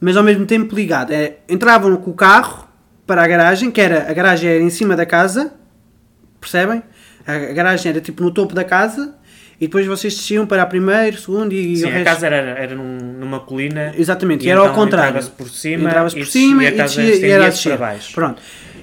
A: mas ao mesmo tempo ligada. É, entravam com o carro para a garagem, que era a garagem era em cima da casa, percebem? A garagem era tipo no topo da casa e depois vocês desciam para a primeira, segunda e
B: Sim,
A: o
B: a
A: resto.
B: casa era, era num- numa colina.
A: Exatamente,
B: e
A: e era
B: então
A: ao contrário.
B: Entravas por cima,
A: Entravas por
B: e,
A: cima
B: e
A: e,
B: a casa
A: descia- e era a
B: estendia-se
A: descer.
B: para baixo.
A: Pronto.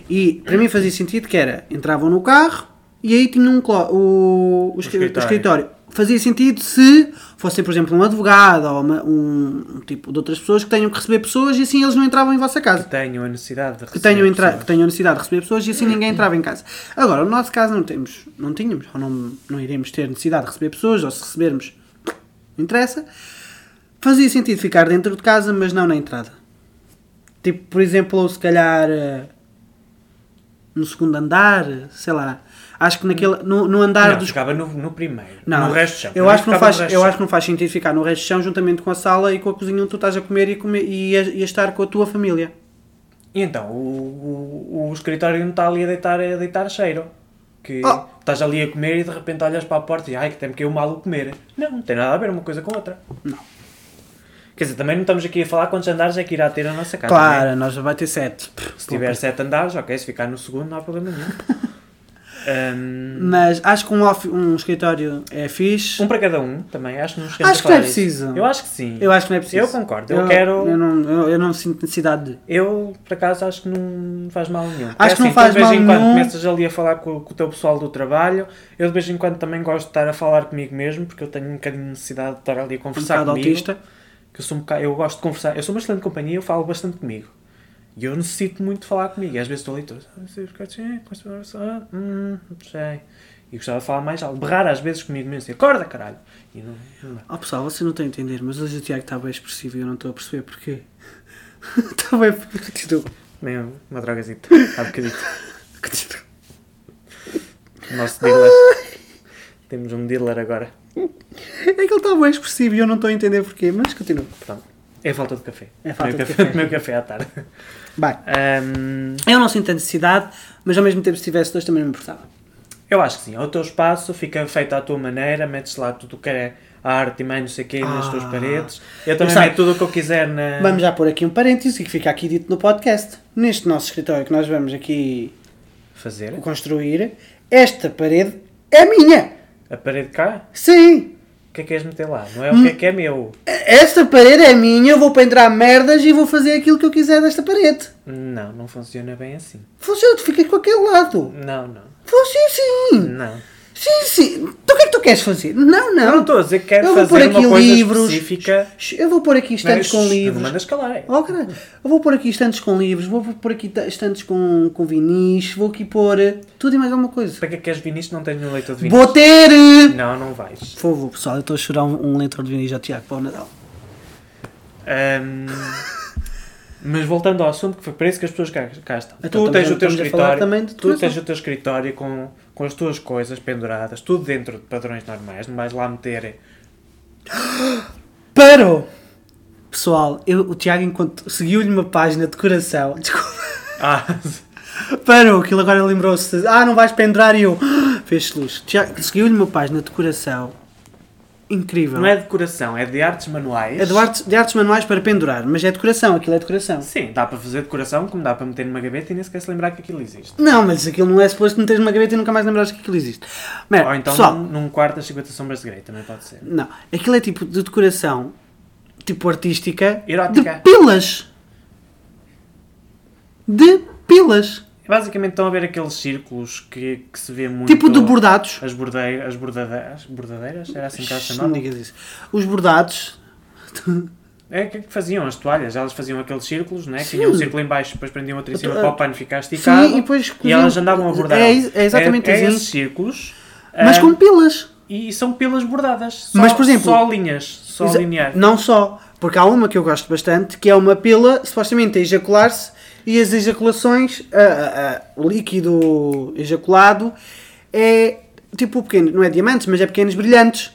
A: E para mim fazia sentido que era, entravam no carro e aí tinham um clo- o, o, escri- o escritório.
B: escritório.
A: Fazia sentido se fossem, por exemplo, um advogado ou uma- um, um tipo de outras pessoas que tenham que receber pessoas e assim eles não entravam em vossa casa.
B: Que tenham a necessidade de
A: Que
B: receber
A: tenham, entra-
B: pessoas.
A: que tenham necessidade de receber pessoas e
B: Hum,
A: assim ninguém entrava em casa. Agora, no nosso caso não temos, não tínhamos, ou não, não iremos ter necessidade de receber pessoas, ou se recebermos, não interessa. Fazia sentido ficar dentro de casa, mas não na entrada. Tipo, por exemplo, se calhar eh, no segundo andar, eh, sei lá. Acho que naquele, no, no andar
B: Não,
A: dos.
B: ficava no, no primeiro.
A: Não,
B: no resto do chão.
A: eu
B: Para
A: acho,
B: mim
A: que não
B: ficava no
A: faz,
B: resto
A: eu
B: do
A: acho que não faz sentido ficar no resto do chão juntamente com a sala e com a cozinha onde tu estás a comer e, comer, e, a, e a estar com a tua família.
B: chão. E então, o, o, o escritório não está ali a deitar, a deitar cheiro. Que
A: Oh.
B: estás ali a comer e de repente olhas para a porta e ai que tempo que eu mal o comer. Não, não tem nada a ver uma coisa com outra.
A: Não.
B: Quer dizer, também não estamos aqui a falar quantos andares é que irá ter a nossa casa.
A: Claro,
B: não
A: nós vai ter sete.
B: é? Se tiver sete andares, ok, se ficar no segundo não há problema nenhum.
A: Mas acho que um, off- um escritório é fixe.
B: um, um para cada um também, acho que não chegamos
A: Acho
B: a
A: que não é
B: falar disso.
A: preciso.
B: Eu acho que sim.
A: Eu acho que não é preciso.
B: Eu concordo, eu quero-
A: Eu não, eu, eu não sinto necessidade de. um
B: Eu, por acaso, acho que não faz mal nenhum. Porque,
A: Acho que não
B: tu
A: faz
B: de vez
A: mal
B: em quando
A: nenhum.
B: começas ali a falar com, com o teu pessoal do trabalho. Eu, de vez em quando, também gosto de estar a falar comigo mesmo, porque eu tenho um bocadinho de necessidade de estar ali a
A: Um
B: conversar
A: bocado
B: comigo.
A: autista.
B: Que eu, sou um bocado, eu gosto de conversar. Eu sou uma excelente companhia, eu falo bastante comigo. E eu necessito muito de falar comigo. E às vezes estou ali todo. "Ah, não sei, porque- sim, gosto de conversar, hum, não sei. E gostava de falar mais alto. Berrar às vezes comigo mesmo. assim, Acorda, caralho! E não, não dá.
A: Oh pessoal, vocês não estão a entender, mas hoje o Tiago está bem expressivo e eu não estou a perceber porquê. Está bem perdido.
B: Nem uma drogazita. Há bocadito. O nosso dealer. Temos um dealer agora.
A: É que ele está bem expressivo e eu não estou a entender porquê, mas continua.
B: Pronto. É falta de café.
A: É falta
B: meu
A: de
B: café.
A: café.
B: Meu café à tarde.
A: Bem,
B: Ahm,
A: eu não sinto a necessidade, mas ao mesmo tempo se tivesse dois também não me importava.
B: eu acho que sim. É o teu espaço, fica feito à tua maneira, metes lá tudo o que é arte e mais não sei o quê nas
A: Ah.
B: tuas paredes. Eu também
A: sabe-
B: meto tudo o que eu quiser na...
A: Vamos já pôr aqui um parênteses e que fica aqui dito no podcast. Neste nosso escritório que nós vamos aqui
B: Fazer.
A: construir, esta parede é minha!
B: A parede cá.
A: Sim!
B: O que é que queres meter lá? Não é
A: Hum.
B: o que é que é meu.
A: Esta parede é minha, eu vou pendurar merdas e vou fazer aquilo que eu quiser desta parede.
B: Não, não funciona bem assim.
A: Funciona, tu ficas com aquele lado.
B: Não, não.
A: Fala, sim, sim.
B: Não.
A: Sim, sim. Tu o que é que tu queres fazer? Não,
B: Eu
A: não.
B: não estou a dizer que quero
A: eu vou
B: fazer
A: pôr
B: uma
A: aqui
B: coisa
A: livros.
B: específica.
A: Sh- Eu vou pôr aqui estantes
B: Não,
A: com
B: shh, Não
A: livros.
B: mandas calar. é.
A: Oh, caralho. Eu vou pôr aqui estantes com livros, vou pôr aqui ta- estantes com, com vinis, vou aqui pôr eh, tudo e mais alguma coisa.
B: Para que é que queres vinis se não tens um leitor de vinis?
A: Vou ter! eh,
B: Não, não vais.
A: Por favor, pessoal, eu estou a chorar um, um leitor de vinis ao Tiago para o Nadal.
B: Ahm, mas voltando ao assunto, que foi para isso que as pessoas cá, cá estão.
A: Então
B: tu
A: estamos
B: tens
A: a-
B: o teu
A: estamos a falar também
B: escritório,
A: de
B: tu
A: decoração.
B: tens o teu escritório com, com as tuas coisas penduradas, tudo dentro de padrões normais, não vais lá meter.
A: Parou! Pessoal, eu, o Tiago enquanto seguiu-lhe uma página de coração. Desculpa.
B: Ah,
A: Então. Parou, aquilo agora lembrou-se. Ah, não vais pendurar e eu. Fez luz. Tiago, seguiu-lhe uma página de coração. Incrível.
B: não é decoração, é de artes manuais.
A: É de artes, de artes manuais para pendurar, mas é decoração, aquilo é decoração.
B: Sim, dá para fazer decoração, como dá para meter numa gaveta e nem sequer se lembrar que aquilo existe.
A: Não, mas aquilo não é suposto meter numa gaveta e nunca mais lembrares que aquilo existe. Mas,
B: Ou então
A: pessoal,
B: num, num quarto das 50 sombras de Grey, também pode ser.
A: não. Aquilo é tipo de decoração, tipo artística,
B: Erótica.
A: de pilas. De pilas.
B: Basicamente estão a ver aqueles círculos que, que se vê muito.
A: Tipo de bordados.
B: As bordeiras. As bordadeiras. Bordadeiras? Era assim que elas
A: Shhh, Não
B: chamavam?
A: digas isso. Os bordados.
B: É o que é que faziam as toalhas, elas faziam aqueles círculos, né?
A: Sim.
B: Tinham um círculo em baixo, depois prendiam outro em cima
A: Ah,
B: para o pano ficar esticado.
A: Sim, e depois
B: e
A: coziam-
B: elas andavam a bordar.
A: É, is- é exatamente
B: é, é esses
A: isso.
B: círculos.
A: Mas
B: ah,
A: com pilas.
B: E são pelas bordadas. Só,
A: Mas, por exemplo-
B: Só linhas, só
A: Exa-
B: linear.
A: Não só, porque há uma que eu gosto bastante, que é uma pila supostamente a ejacular-se e as ejaculações, a- a- a- o líquido ejaculado é tipo pequeno, não é diamantes, mas é pequenos brilhantes.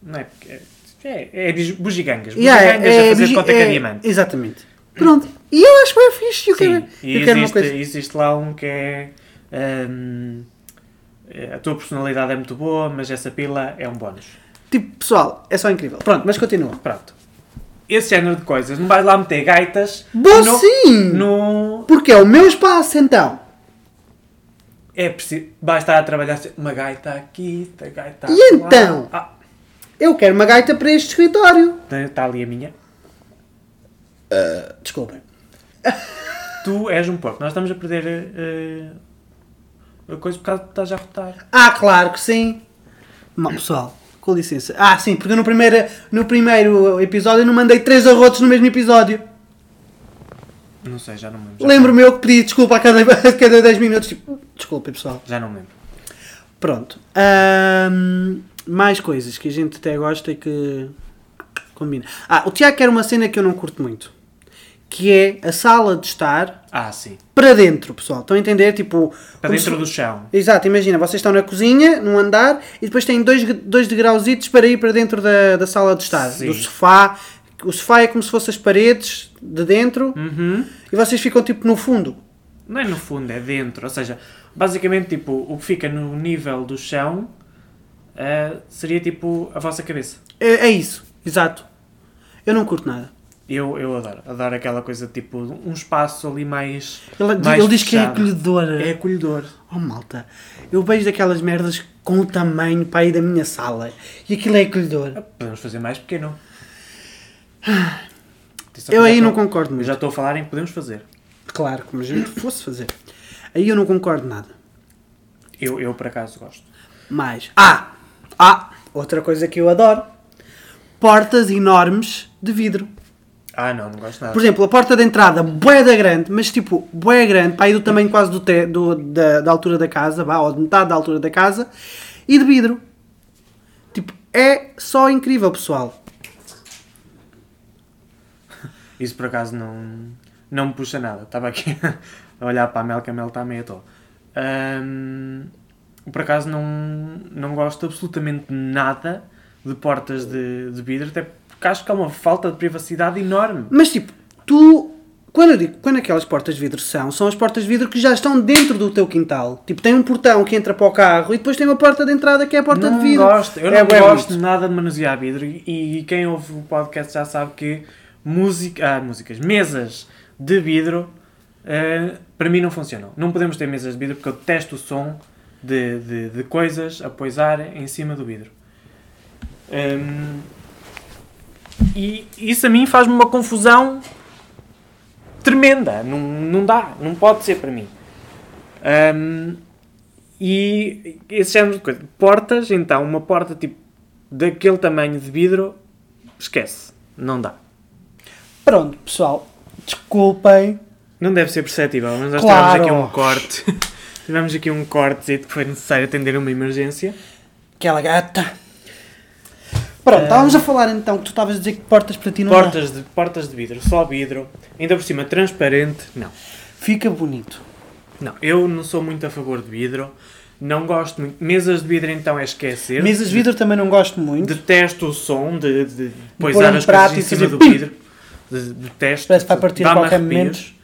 B: Não é, porque- é, é bis- bugigangas. Bugigangas
A: E há-
B: a fazer
A: bigi-
B: de conta que é diamante. Hum.
A: Exatamente. Pronto. E eu acho bem fixe. Eu quero,
B: Sim, e
A: eu quero uma
B: existe,
A: coisa.
B: existe lá um que é. hum, a tua personalidade é muito boa, mas essa pila é um bónus.
A: Tipo, pessoal, é só incrível. Pronto, mas continua.
B: Pronto. Esse género de coisas. Não vais lá meter gaitas.
A: Bom, sim!
B: No...
A: Porque é o meu espaço, então.
B: É preciso. Vai estar a trabalhar uma gaita aqui, outra gaita
A: E
B: lá.
A: então?
B: Ah,
A: Eu quero uma gaita para este escritório.
B: está ali a minha.
A: Desculpem.
B: Tu és um porco. Nós estamos a perder eh, a coisa por causa de estás a rotar.
A: Ah, claro que sim. Bom, pessoal, com licença. Ah, sim, porque no primeiro, no primeiro episódio eu não mandei três arrotos no mesmo episódio.
B: Não sei, já não me lembro. Já
A: Lembro-me eu que pedi desculpa a cada, a cada 10 minutos. Tipo, desculpa, pessoal.
B: Já não me lembro.
A: Pronto. Ahm, mais coisas que a gente até gosta e que combina. Ah, o Tiago quer uma cena que eu não curto muito. Que é a sala de estar
B: Ah, sim.
A: para dentro, pessoal. Estão a entender? Tipo...
B: Para
A: como
B: dentro
A: se-
B: do chão.
A: Exato, imagina, vocês estão na cozinha, num andar, e depois têm dois, dois degrauzitos para ir para dentro da, da sala de estar,
B: Sim.
A: do sofá. O sofá é como se fossem as paredes de dentro
B: Uhum.
A: e vocês ficam tipo no fundo.
B: Não é no fundo, é dentro. Ou seja, basicamente, tipo, o que fica no nível do chão eh, seria, tipo, a vossa cabeça.
A: É, é isso, exato. Eu não curto nada.
B: Eu, eu adoro. Adoro aquela coisa, tipo, um espaço ali mais...
A: Ele,
B: mais
A: ele diz que é
B: fechado.
A: acolhedora.
B: É acolhedor.
A: Oh malta, eu vejo daquelas merdas com o tamanho para aí da minha sala e aquilo é acolhedor.
B: Podemos fazer mais pequeno. Atenção,
A: Eu
B: já
A: aí
B: tô-
A: não concordo
B: Eu
A: muito.
B: já estou a falar em podemos fazer.
A: Claro, como a gente fosse fazer. Aí eu não concordo nada.
B: Eu, eu por acaso, gosto.
A: Mas, ah, ah, outra coisa que eu adoro: portas enormes de vidro.
B: Ah, não, não gosto nada.
A: Por exemplo, a porta de entrada, bué da grande, mas tipo, bué grande, para aí do tamanho quase do te, do- da, da altura da casa, vá, ou de metade da altura da casa, e de vidro. Tipo, é só incrível, pessoal.
B: Isso por acaso não, não me puxa nada. Estava aqui a olhar para a Mel, que a Mel está meio tola. Ahm, por acaso não, não gosto absolutamente nada de portas de, de vidro, até porque acho que há uma falta de privacidade enorme.
A: Mas tipo, tu. Quando eu digo, quando aquelas portas de vidro são, são as portas de vidro que já estão dentro do teu quintal. Tipo, tem um portão que entra para o carro e depois tem uma porta de entrada que é a porta
B: não
A: de vidro.
B: gosto, eu
A: É
B: não
A: bué
B: gosto
A: bonito.
B: nada de manusear vidro e, e quem ouve o podcast já sabe que música, ah, músicas, mesas de vidro eh, para mim não funcionam. Não podemos ter mesas de vidro porque eu detesto o som de, de, de coisas a poisar em cima do vidro. Hum, e isso a mim faz-me uma confusão tremenda. Não, não dá, não pode ser para mim. Hum, e esse género de coisa. Portas, então, uma porta tipo daquele tamanho de vidro, esquece. Não dá.
A: Pronto, pessoal, desculpem.
B: Não deve ser perceptível, mas nós
A: Claro.
B: tivemos aqui um corte. tivemos aqui um corte que foi necessário atender uma emergência.
A: Aquela gata. Pronto, estávamos a falar então que tu estavas a dizer que portas para ti não dá.
B: Eh, Portas de, portas de vidro, só vidro, ainda por cima transparente. Não.
A: Fica bonito.
B: Não, eu não sou muito a favor de vidro. Não gosto muito. Mesas de vidro então é esquecer.
A: Mesas de vidro também não gosto muito.
B: Detesto o som de, de, de
A: pôr
B: poisar
A: um
B: as
A: prato
B: coisas em
A: e fazer
B: cima do
A: pim.
B: vidro. De- Detesto.
A: Parece que vai partir a
B: dá-me
A: qualquer
B: arrepios.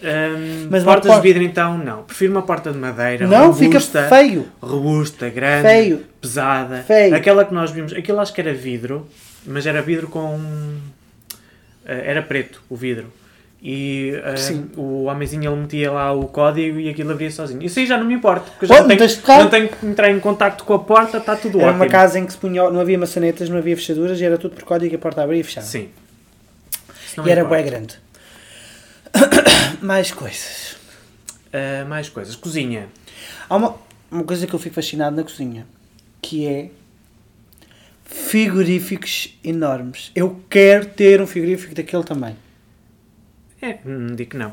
B: Hum,
A: Mas uma
B: portas
A: porta-
B: de vidro então, não. Prefiro uma porta de madeira
A: não, fica
B: robusta.
A: feio.
B: Robusta, grande,
A: Feio.
B: pesada.
A: Feio.
B: Aquela que nós vimos, aquilo acho que era vidro, mas era vidro com... um, eh, era preto, o vidro. E eh,
A: Sim.
B: o homenzinho ele metia lá o código e aquilo abria sozinho. Isso aí já não me importa, porque eu já
A: Oh,
B: não,
A: não
B: tenho,
A: tens de tocar?
B: não tenho que entrar em contacto com a porta, está tudo
A: Era
B: ótimo.
A: uma casa em que se punha, não havia maçanetas, não havia fechaduras e era tudo por código e a porta abria e fechava.
B: Sim. Isso não é
A: e era
B: importa.
A: bué grande. Mais coisas.
B: Ah, mais coisas. Cozinha.
A: Há uma, uma coisa que eu fico fascinado na cozinha, que é frigoríficos enormes. Eu quero ter um frigorífico daquele tamanho.
B: É, hum, digo que não.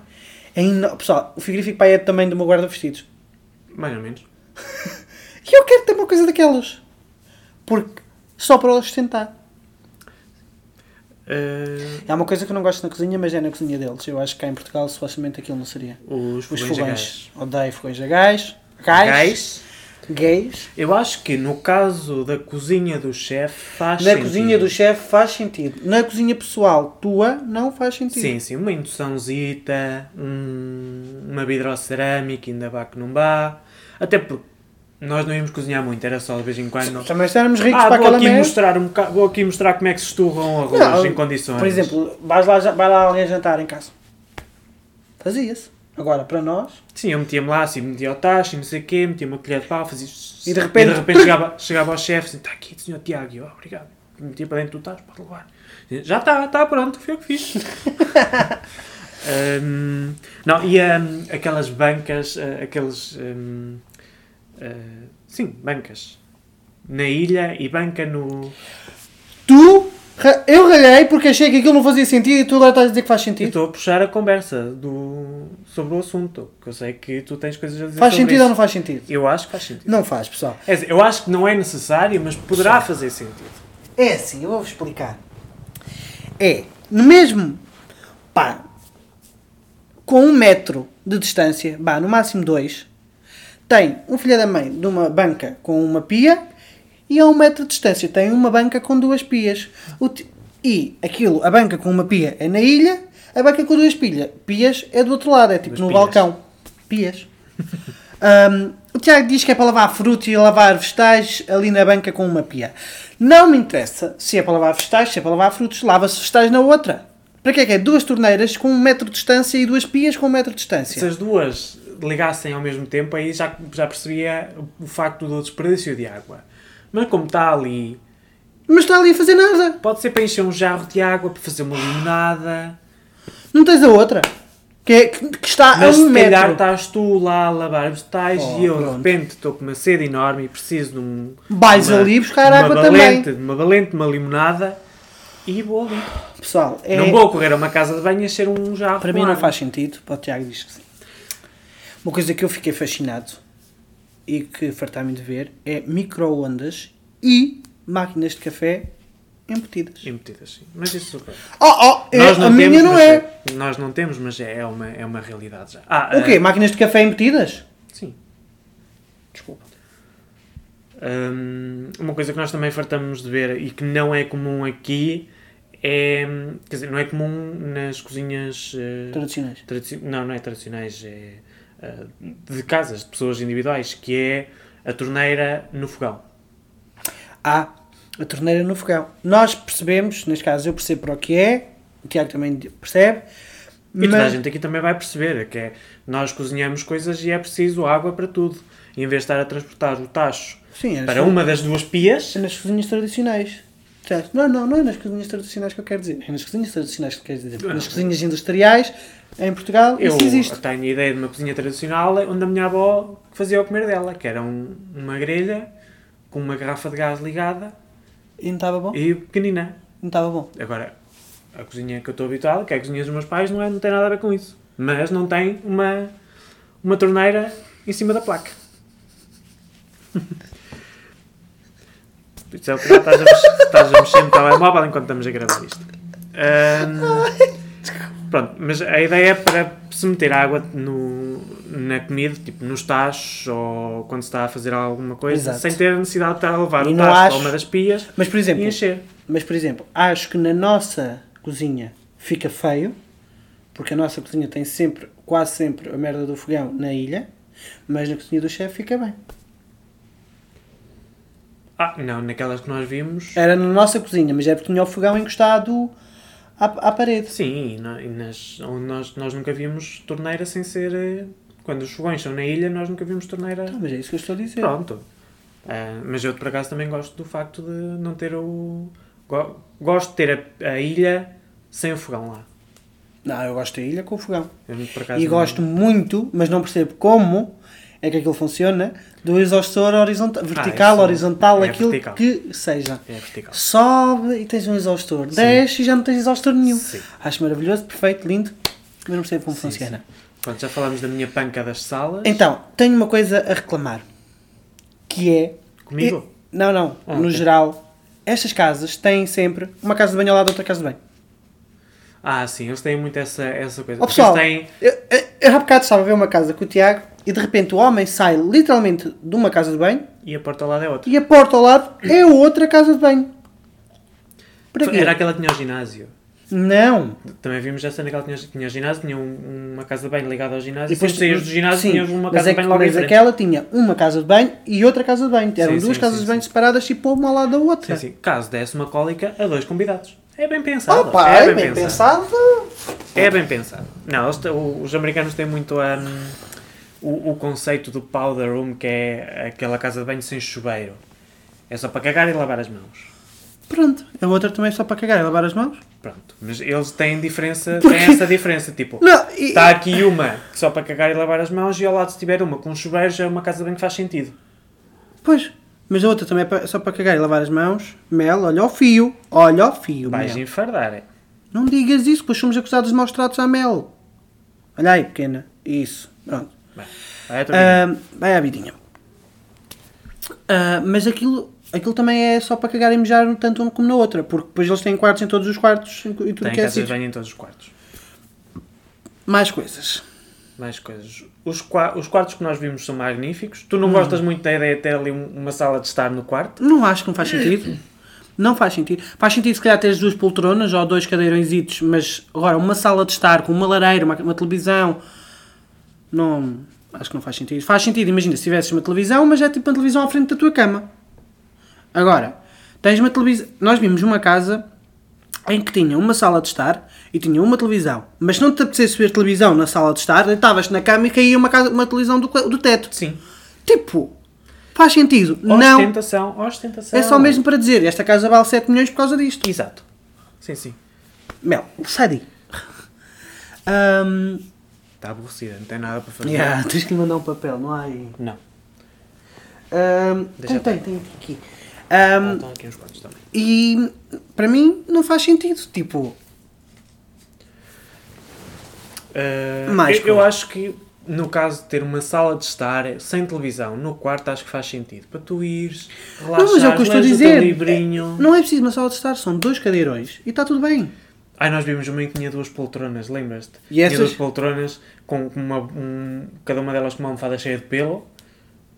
A: É eno- Pessoal, o frigorífico pai é do tamanho do meu guarda-vestidos.
B: Mais ou menos.
A: E eu quero ter uma coisa daquelas. Porque só para os sustentar.
B: Ah,
A: É uma coisa que eu não gosto na cozinha, mas é na cozinha deles. Eu acho que cá em Portugal, supostamente, aquilo não seria.
B: os
A: Os
B: fogões, a gás.
A: fogões. Odeio fogões a gás. Gás.
B: Gás.
A: Gays.
B: Eu acho que no caso da cozinha do chefe faz
A: Na
B: sentido.
A: cozinha do chefe faz sentido. Na cozinha pessoal tua, não faz sentido.
B: Sim, sim. Uma induçãozita, um, uma vidrocerâmica, ainda vá que não vá. Até porque nós não íamos cozinhar muito, era só de vez em quando.
A: Também se éramos ricos
B: Ah,
A: para
B: vou
A: aquela
B: aqui,
A: merda.
B: mostrar um boca- vou aqui mostrar como é que se esturra um arroz
A: Não,
B: em condições.
A: Por exemplo, vais lá, ja- vai lá alguém jantar em casa. Fazia-se. Agora, para nós,
B: Sim, eu metia-me lá, assim, metia o tacho e não sei o quê, metia uma colher de pau, fazia...
A: E de repente-
B: chegava, chegava ao chefe, assim, está aqui, senhor Tiago, e eu, "Ah, obrigado. E metia para dentro do tacho, pode levar. E, Já está, está pronto, foi o que fiz. Hum, não, e hum, aquelas bancas, ah, aqueles... hum, ah, sim, bancas. Na ilha e banca no...
A: tu, ra- eu ralhei porque achei que aquilo não fazia sentido e tu agora estás a dizer que faz
B: Eu
A: sentido.
B: estou a puxar a conversa do, sobre o assunto, que eu sei que tu tens coisas a dizer
A: Faz
B: sobre
A: sentido ou
B: isso.
A: não faz sentido?
B: Eu acho que faz sentido.
A: Não faz, pessoal.
B: É assim, eu acho que não é necessário, mas poderá fazer sentido.
A: É assim, eu vou-vos explicar. É, no mesmo, pá, com um metro de distância, pá, no máximo dois, tem um filho da mãe de uma banca com uma pia e a um metro de distância tem uma banca com duas pias. O ti- e aquilo, a banca com uma pia é na ilha, a banca com duas pilha, pias é do outro lado, é tipo
B: Duas
A: no
B: pilhas.
A: balcão. Pias. Hum, o Tiago diz que é para lavar frutos e lavar vegetais ali na banca com uma pia. Não me interessa se é para lavar vegetais, se é para lavar frutos, lava-se vegetais na outra. Para que é que é? Duas torneiras com um metro de distância e duas pias com um metro de distância.
B: Se as duas ligassem ao mesmo tempo, aí já, já percebia o facto do desperdício de água. Mas como está ali,
A: Mas está ali a fazer nada.
B: pode ser para encher um jarro de água, para fazer uma limonada.
A: Não tens a outra. Que, é- que- que está
B: Mas
A: a um
B: se calhar
A: metro.
B: estás tu lá a lavar vegetais
A: Oh,
B: e eu
A: pronto.
B: de repente estou com uma sede enorme e preciso de um.
A: Vais
B: uma-
A: ali buscar
B: uma
A: água
B: valente,
A: também.
B: de Uma valente, de uma limonada e vou ali.
A: Pessoal, é-
B: tá- Não vou correr a uma casa de banho e encher um jarro.
A: para
B: com
A: mim não
B: água.
A: faz sentido. Para o Tiago diz que sim. Uma coisa que eu fiquei fascinado e que fartar-me de ver é micro-ondas e máquinas de café embutidas.
B: Embutidas, sim. assim. Mas isso pronto.
A: Oh, oh, é- a minha não
B: mas
A: é.
B: Nós não temos, mas é, é uma, é uma realidade já. Ah,
A: O quê?
B: ah,
A: Máquinas de café embutidas?
B: sim. Desculpa. Hum, uma coisa que nós também fartamos de ver e que não é comum aqui é. Quer dizer, não é comum nas cozinhas. eh,
A: Tradicionais.
B: tradici- não, não é tradicionais, é. ah, de casas, de pessoas individuais, que é a torneira no fogão.
A: Há a torneira no fogão. Nós percebemos, neste caso eu percebo para o que é, o Tiago também percebe.
B: E toda a
A: mas-
B: gente aqui também vai perceber que é nós cozinhamos coisas e é preciso água para tudo. E em vez de estar a transportar o tacho
A: Sim, é
B: para uma das duas pias,
A: É nas cozinhas tradicionais. Certo? Não, não, não é nas cozinhas tradicionais que eu quero dizer. É nas cozinhas tradicionais que eu quero dizer. Porque Nas cozinhas industriais, em Portugal,
B: eu
A: isso existe.
B: tenho a ideia de uma cozinha tradicional onde a minha avó fazia o comer dela, que era um- uma grelha com uma garrafa de gás ligada
A: E não estava bom?
B: e pequenina.
A: Não estava bom.
B: Agora, a cozinha que eu estou habituado, que é a cozinha dos meus pais, não, é, não tem nada a ver com isso. Mas não tem uma, uma torneira em cima da placa. Por isso é o que já estás a, mex- estás a mexer no telemóvel enquanto estamos a gravar isto. Ahm, pronto, mas a ideia é para se meter água no, na comida, tipo nos tachos ou quando se está a fazer alguma coisa,
A: Exato.
B: sem ter necessidade de estar a levar
A: E
B: um
A: não
B: tacho
A: acho-
B: ou uma das pias
A: Mas por exemplo,
B: e encher.
A: mas por exemplo, acho que na nossa cozinha fica feio, porque a nossa cozinha tem sempre, quase sempre, a merda do fogão na ilha, mas na cozinha do chefe fica bem.
B: Ah, não, naquelas que nós vimos.
A: Era na nossa cozinha, mas é porque tinha o fogão encostado à, à parede.
B: Sim, e na- e nas, onde nós, nós nunca vimos torneira sem ser. eh, Quando os fogões são na ilha, nós nunca vimos torneira.
A: Ah, mas é isso que eu estou a dizer.
B: Pronto. Ah, mas eu, por acaso, também gosto do facto de não ter o. go- gosto de ter a, a ilha sem o fogão lá.
A: Não, eu gosto da ilha com o fogão.
B: Eu, por acaso,
A: E
B: não-
A: gosto muito, mas não percebo como é que aquilo funciona, do exaustor horizontal, vertical,
B: Ah, isso
A: horizontal,
B: é
A: aquilo
B: vertical.
A: que seja.
B: É vertical.
A: Sobe e tens um exaustor, desce e já não tens exaustor nenhum.
B: Sim.
A: Acho maravilhoso, perfeito, lindo, mas não percebo como
B: Sim,
A: funciona.
B: Pronto, já falámos da minha panca das salas.
A: Então, tenho uma coisa a reclamar, que é...
B: Comigo?
A: E- não, não,
B: Ah,
A: no
B: ok.
A: geral, estas casas têm sempre uma casa de banho ao lado da outra casa de banho.
B: Ah, sim, eles têm muito essa, essa coisa.
A: Ó
B: Porque eles
A: Oh, pessoal,
B: têm.
A: eu, eu, eu há bocado estava a ver uma casa com o Tiago e de repente o homem sai literalmente de uma casa de banho
B: E a porta ao lado é outra.
A: e a porta ao lado é outra casa de banho. Para quê?
B: Então, Era aquela que tinha o ginásio.
A: Não.
B: Também vimos essa naquela que tinha, tinha ginásio, tinha um- uma casa de banho ligada ao
A: E
B: ginásio. E depois saías do ginásio
A: sim,
B: tinhas uma
A: mas
B: casa
A: é
B: de banho
A: que-
B: logo em
A: Mas
B: frente.
A: aquela tinha uma casa de banho e outra casa de banho. Eram
B: Sim,
A: duas
B: sim,
A: casas
B: sim,
A: de banho
B: sim.
A: separadas e pôr uma ao lado da outra.
B: Sim, sim. Caso desse uma cólica a dois convidados. É bem pensado.
A: Opa, é bem pensado.
B: É bem pensado. Não, eles te- o- os americanos têm muito hum, o, o conceito do powder room, que é aquela casa de banho sem chuveiro. É só para cagar e lavar as mãos.
A: Pronto, a outra também é só para cagar e lavar as mãos.
B: Pronto. Mas eles têm diferença,
A: Porque-
B: têm essa diferença. Tipo,
A: Não, e,
B: está aqui uma só para cagar e lavar as mãos e ao lado se tiver uma com chuveiro já é uma casa de banho que faz sentido.
A: Pois, mas a outra também é pa- só para cagar e lavar as mãos. Mel, olha o fio, olha o fio,
B: Vais
A: Mel.
B: enfardar, é?
A: Não digas isso, pois somos acusados de maus tratos à Mel. Olha aí, pequena. Isso, pronto.
B: Bem, vai à tua vida.
A: Ah, vai à vidinha. Ah, mas aquilo, aquilo também é só para cagar e mijar tanto um como na outra, porque depois eles têm quartos em todos os quartos e tudo
B: Tem
A: que é
B: casas de
A: sítio.
B: banho em todos os quartos.
A: Mais coisas.
B: Mais coisas. Os, qua- os quartos que nós vimos são magníficos. Tu
A: Hum.
B: não gostas muito da ideia de ter ali um- uma sala de estar no quarto?
A: Não acho que não faz sentido. Não faz sentido. Faz sentido se calhar teres duas poltronas ou dois cadeirõezitos, mas agora uma sala de estar com uma lareira, uma, uma televisão. Não. Acho que não faz sentido. Faz sentido, imagina, se tivesses uma televisão, mas é tipo uma televisão à frente da tua cama. Agora, tens uma televisão. Nós vimos uma casa em que tinha uma sala de estar e tinha uma televisão. Mas se não te apetecesse ver televisão na sala de estar, deitavas-te na cama e caía uma, casa, uma televisão do, co- do teto.
B: Sim.
A: Tipo, faz sentido. Não
B: Ostentação, ostentação.
A: é só mesmo para dizer, esta casa vale 7 milhões por causa disto.
B: Exato. Sim, sim.
A: Mel, sai daí. Ahm,
B: Está aborrecida, não tem nada para fazer.
A: yeah, Hum. tens que lhe mandar um papel, não há aí.
B: Não.
A: Ahm,
B: Deixa
A: tem, tem, tem aqui. Ahm,
B: Ah, estão aqui uns quartos também.
A: e para mim não faz sentido. Tipo,
B: Ah,
A: Mais
B: eu, eu
A: coisas.
B: acho que no caso de ter uma sala de estar sem televisão no quarto, acho que faz sentido. Para tu ires, relaxares,
A: não, mas é o que eu estou a
B: lês o teu
A: dizer.
B: livrinho.
A: É- não é preciso uma sala de estar, são dois cadeirões e está tudo bem.
B: Ai, nós vimos uma em que tinha duas poltronas, lembras-te?
A: E
B: Tinha
A: essas?
B: duas poltronas, com uma, um- cada uma delas com uma almofada cheia de pelo,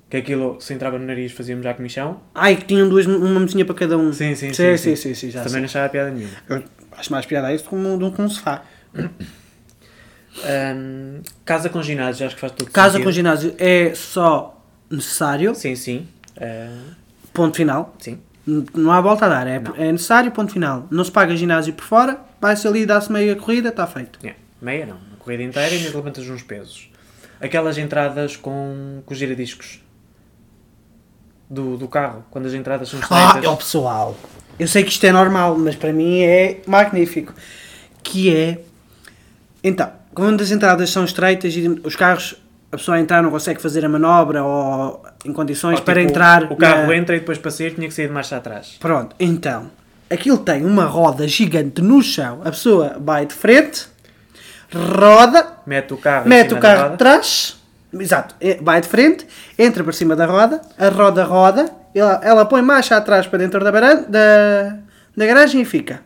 B: que aquilo se entrava no nariz fazíamos já comichão.
A: Ai, que tinham duas, uma mesinha para cada um.
B: Sim, sim,
A: sim, sim,
B: sim, sim.
A: sim, sim, já
B: Também não achava piada nenhuma.
A: sei. Eu acho mais piada a isso como de um, com um sofá.
B: Ahm, casa com ginásio, acho que faz tudo
A: Casa
B: sentido.
A: com ginásio é só necessário,
B: Sim, sim. Ah,
A: ponto final.
B: sim.
A: N- Não há volta a dar, é, é necessário, ponto final. Não se paga ginásio por fora, vai-se ali, dá-se meia corrida, está feito.
B: É, Meia não. Uma corrida inteira e ainda te levantas uns pesos. Aquelas entradas com, com os giradiscos. Do, do carro, quando as entradas são
A: Ah,
B: estreitas.
A: é o pessoal. Eu sei que isto é normal, mas para mim é magnífico. Que é. Então, quando as entradas são estreitas e os carros, a pessoa a entrar não consegue fazer a manobra ou em
B: Ou,
A: condições
B: tipo,
A: para entrar.
B: O carro
A: na-
B: entra e depois para sair tinha que sair de marcha atrás.
A: Pronto, então. Aquilo tem uma roda gigante no chão, a pessoa vai de frente, roda,
B: Mete o carro em
A: mete
B: cima
A: o
B: da
A: carro
B: roda.
A: de trás, exato, eh, vai de frente, entra por cima da roda, a roda roda, ela, ela põe marcha atrás para dentro da, baran- da, da garagem e fica.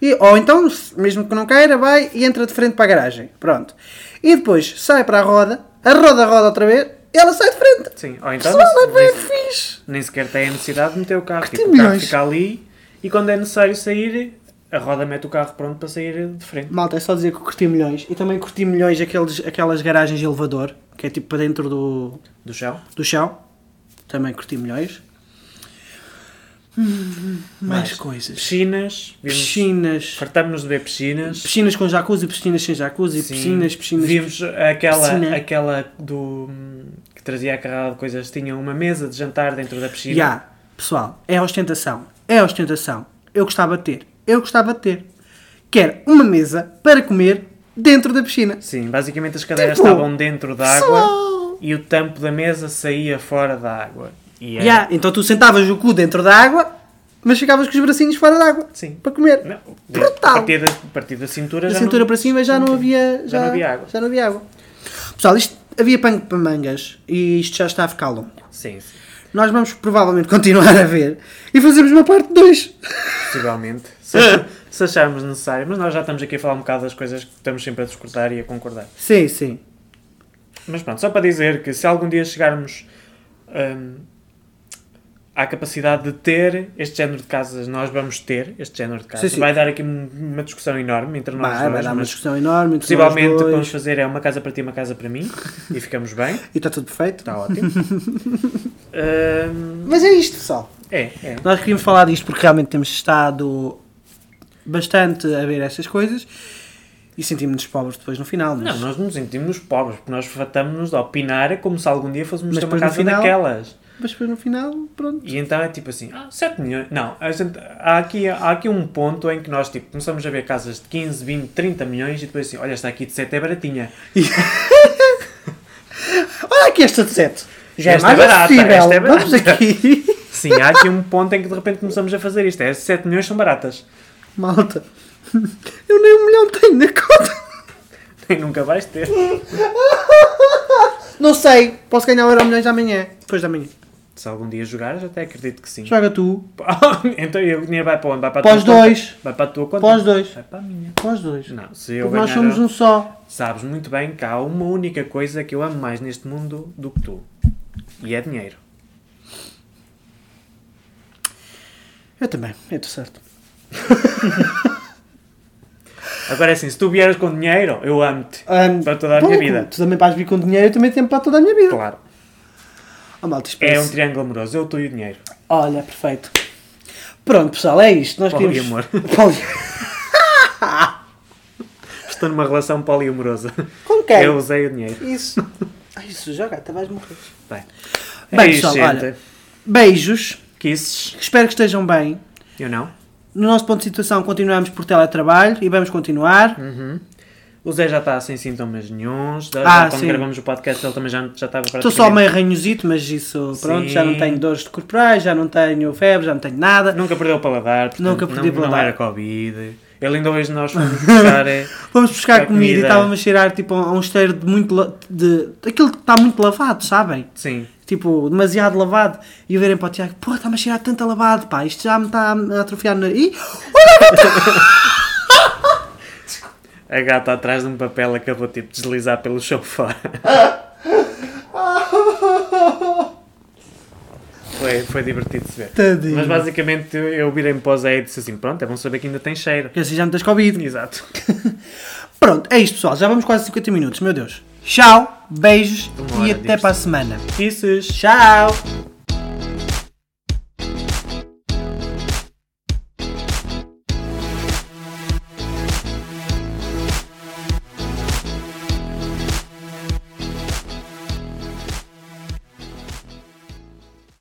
A: E, ou então, se- mesmo que não queira, vai e entra de frente para a garagem. Pronto. E depois sai para a roda, a roda roda outra vez, ela sai de frente.
B: Sim, ou então
A: Pessoal,
B: nem,
A: olha bem
B: nem-
A: fixe.
B: nem sequer tem a necessidade de meter o carro.
A: Que
B: Tipo, o carro
A: milhões.
B: fica ali e quando é necessário sair, a roda mete o carro pronto para sair de frente.
A: Malta, é só dizer que eu curti milhões. E também curti milhões aqueles, aquelas garagens de elevador, que é tipo para dentro do,
B: Do chão.
A: do chão. Também curti milhões. Hum, mais coisas.
B: Piscinas. Vimos,
A: Piscinas.
B: fartámos-nos de ver piscinas.
A: Piscinas com jacuzzi, piscinas sem jacuzzi,
B: Sim.
A: piscinas, piscinas.
B: Vimos aquela,
A: Piscina.
B: aquela do. que trazia a carrada de coisas, tinha uma mesa de jantar dentro da piscina.
A: Ya, pessoal, é ostentação. É ostentação. Eu gostava de ter. Eu gostava de ter. Quero uma mesa para comer dentro da piscina.
B: Sim, basicamente as cadeiras
A: Tipo,
B: estavam dentro da água
A: pessoal.
B: e o tampo da mesa saía fora da água. E era-
A: Ya, Então tu sentavas o cu dentro da água, mas ficavas com os bracinhos fora da água.
B: Sim.
A: Para comer.
B: Não, de- a
A: Brutal.
B: partir da, a partir da cintura
A: da
B: já
A: cintura
B: não-
A: para cima já não, havia, já,
B: já não havia água.
A: já não havia água. Pessoal, isto havia pano para mangas e isto já está a ficar longo.
B: Sim, sim.
A: Nós vamos provavelmente continuar a ver e fazemos uma parte 2.
B: Possivelmente. Se, ach- se acharmos necessário. Mas nós já estamos aqui a falar um bocado das coisas que estamos sempre a discordar e a concordar.
A: Sim, sim.
B: Mas pronto, só para dizer que se algum dia chegarmos hum, à capacidade de ter este género de casas, nós vamos ter este género de casas.
A: Sim, sim.
B: Vai dar aqui um- uma discussão enorme entre nós
A: Vai,
B: dois.
A: vai dar uma
B: mas
A: discussão enorme. entre nós
B: Possivelmente o que
A: dois.
B: vamos fazer é uma casa para ti, uma casa para mim. e ficamos bem.
A: E está tudo perfeito.
B: Está ótimo. Hum,
A: Mas é isto, pessoal.
B: é, é.
A: Nós queríamos falar disto porque realmente temos estado bastante a ver essas coisas E sentimos-nos pobres depois no final.
B: Não,
A: Mas...
B: nós nos sentimos pobres, porque nós fatamos-nos de opinar é como se algum dia fôssemos
A: Mas
B: ter uma
A: depois no
B: casa
A: final-
B: daquelas.
A: mas depois no final, pronto.
B: E então é tipo assim, ah, 7 milhões. Não, a gente- há, aqui, há aqui um ponto em que nós tipo, começamos a ver casas de 15, 20, 30 milhões e depois assim, olha, esta aqui de 7 é baratinha.
A: Olha aqui esta de 7. Já
B: Esta
A: é mais
B: é barata,
A: acessível.
B: esta é barata.
A: Vamos aqui.
B: Sim, há aqui um ponto em que de repente começamos a fazer isto. É, 7 milhões são baratas.
A: Malta. Eu nem um milhão tenho na conta.
B: E nunca vais ter.
A: Não sei. Posso ganhar o euro milhões amanhã. Depois da manhã.
B: Se algum dia jogares, até acredito que sim.
A: Joga tu.
B: então e o dinheiro vai para onde? Vai para a
A: Pós
B: tua
A: dois.
B: conta? Vai para a tua conta?
A: Pós dois.
B: Vai para a minha.
A: Pós dois.
B: Não, se eu
A: Porque nós
B: ganhar...
A: somos um só.
B: Sabes muito bem que há uma única coisa que eu amo mais neste mundo do que tu. E é dinheiro.
A: Eu também. Eu estou certo.
B: Agora é assim, se tu vieres com dinheiro, eu amo-te.
A: Ahm,
B: Para toda a minha
A: bom,
B: vida.
A: Tu também vais vir com dinheiro. Eu também tenho para toda a minha vida.
B: Claro.
A: Oh, malta,
B: É um
A: espécie.
B: triângulo amoroso, eu, tu e o dinheiro.
A: Olha, perfeito. Pronto, pessoal. É isto. Nós
B: Poliamor.
A: queremos... Poli...
B: Estou numa relação poliamorosa.
A: Com quem?
B: Eu usei o dinheiro.
A: Isso. Ai, isso joga. Até vais morrer.
B: Bem,
A: Bem,
B: é
A: pessoal,
B: isso, gente.
A: olha. Beijos.
B: Kisses.
A: Espero que estejam bem.
B: Eu não.
A: No nosso ponto de situação, continuamos por teletrabalho e vamos continuar.
B: O Zé já está sem sintomas nenhuns. Já,
A: Uhum. Ah,
B: já quando
A: sim.
B: gravamos o podcast, ele também já, já estava para
A: Estou só meio ranhosito, mas isso, pronto, já não
B: Sim.
A: tenho dores de corporais, já não tenho febre, já não tenho nada.
B: Nunca perdeu o paladar. portanto,
A: Nunca perdi
B: não,
A: o paladar.
B: Não era Covid. Ele ainda hoje nós fomos buscar... é,
A: Vamos buscar
B: Buscar
A: comida, e
B: comida. é.
A: estava-me a cheirar tipo, a um cheiro de muito. la- De, aquilo que está muito lavado, sabem?
B: Sim.
A: Tipo, demasiado lavado. E eu verem para o Tiago, pô, está-me a cheirar tanto a lavado, pá, isto já me está a atrofiar no nariz. Ih,
B: A gata atrás de um papel acabou tipo de deslizar pelo chão fora. foi, foi divertido de se ver.
A: Tadinho.
B: Mas basicamente eu virei-me para o Zé e disse assim: Pronto, é bom saber que ainda tem cheiro.
A: que assim já me tens Covid.
B: Exato.
A: Pronto, é isto, pessoal, já vamos quase 50 minutos, meu Deus. Tchau, beijos
B: Uma hora
A: e até
B: disto.
A: para a semana.
B: Kisses.
A: Tchau!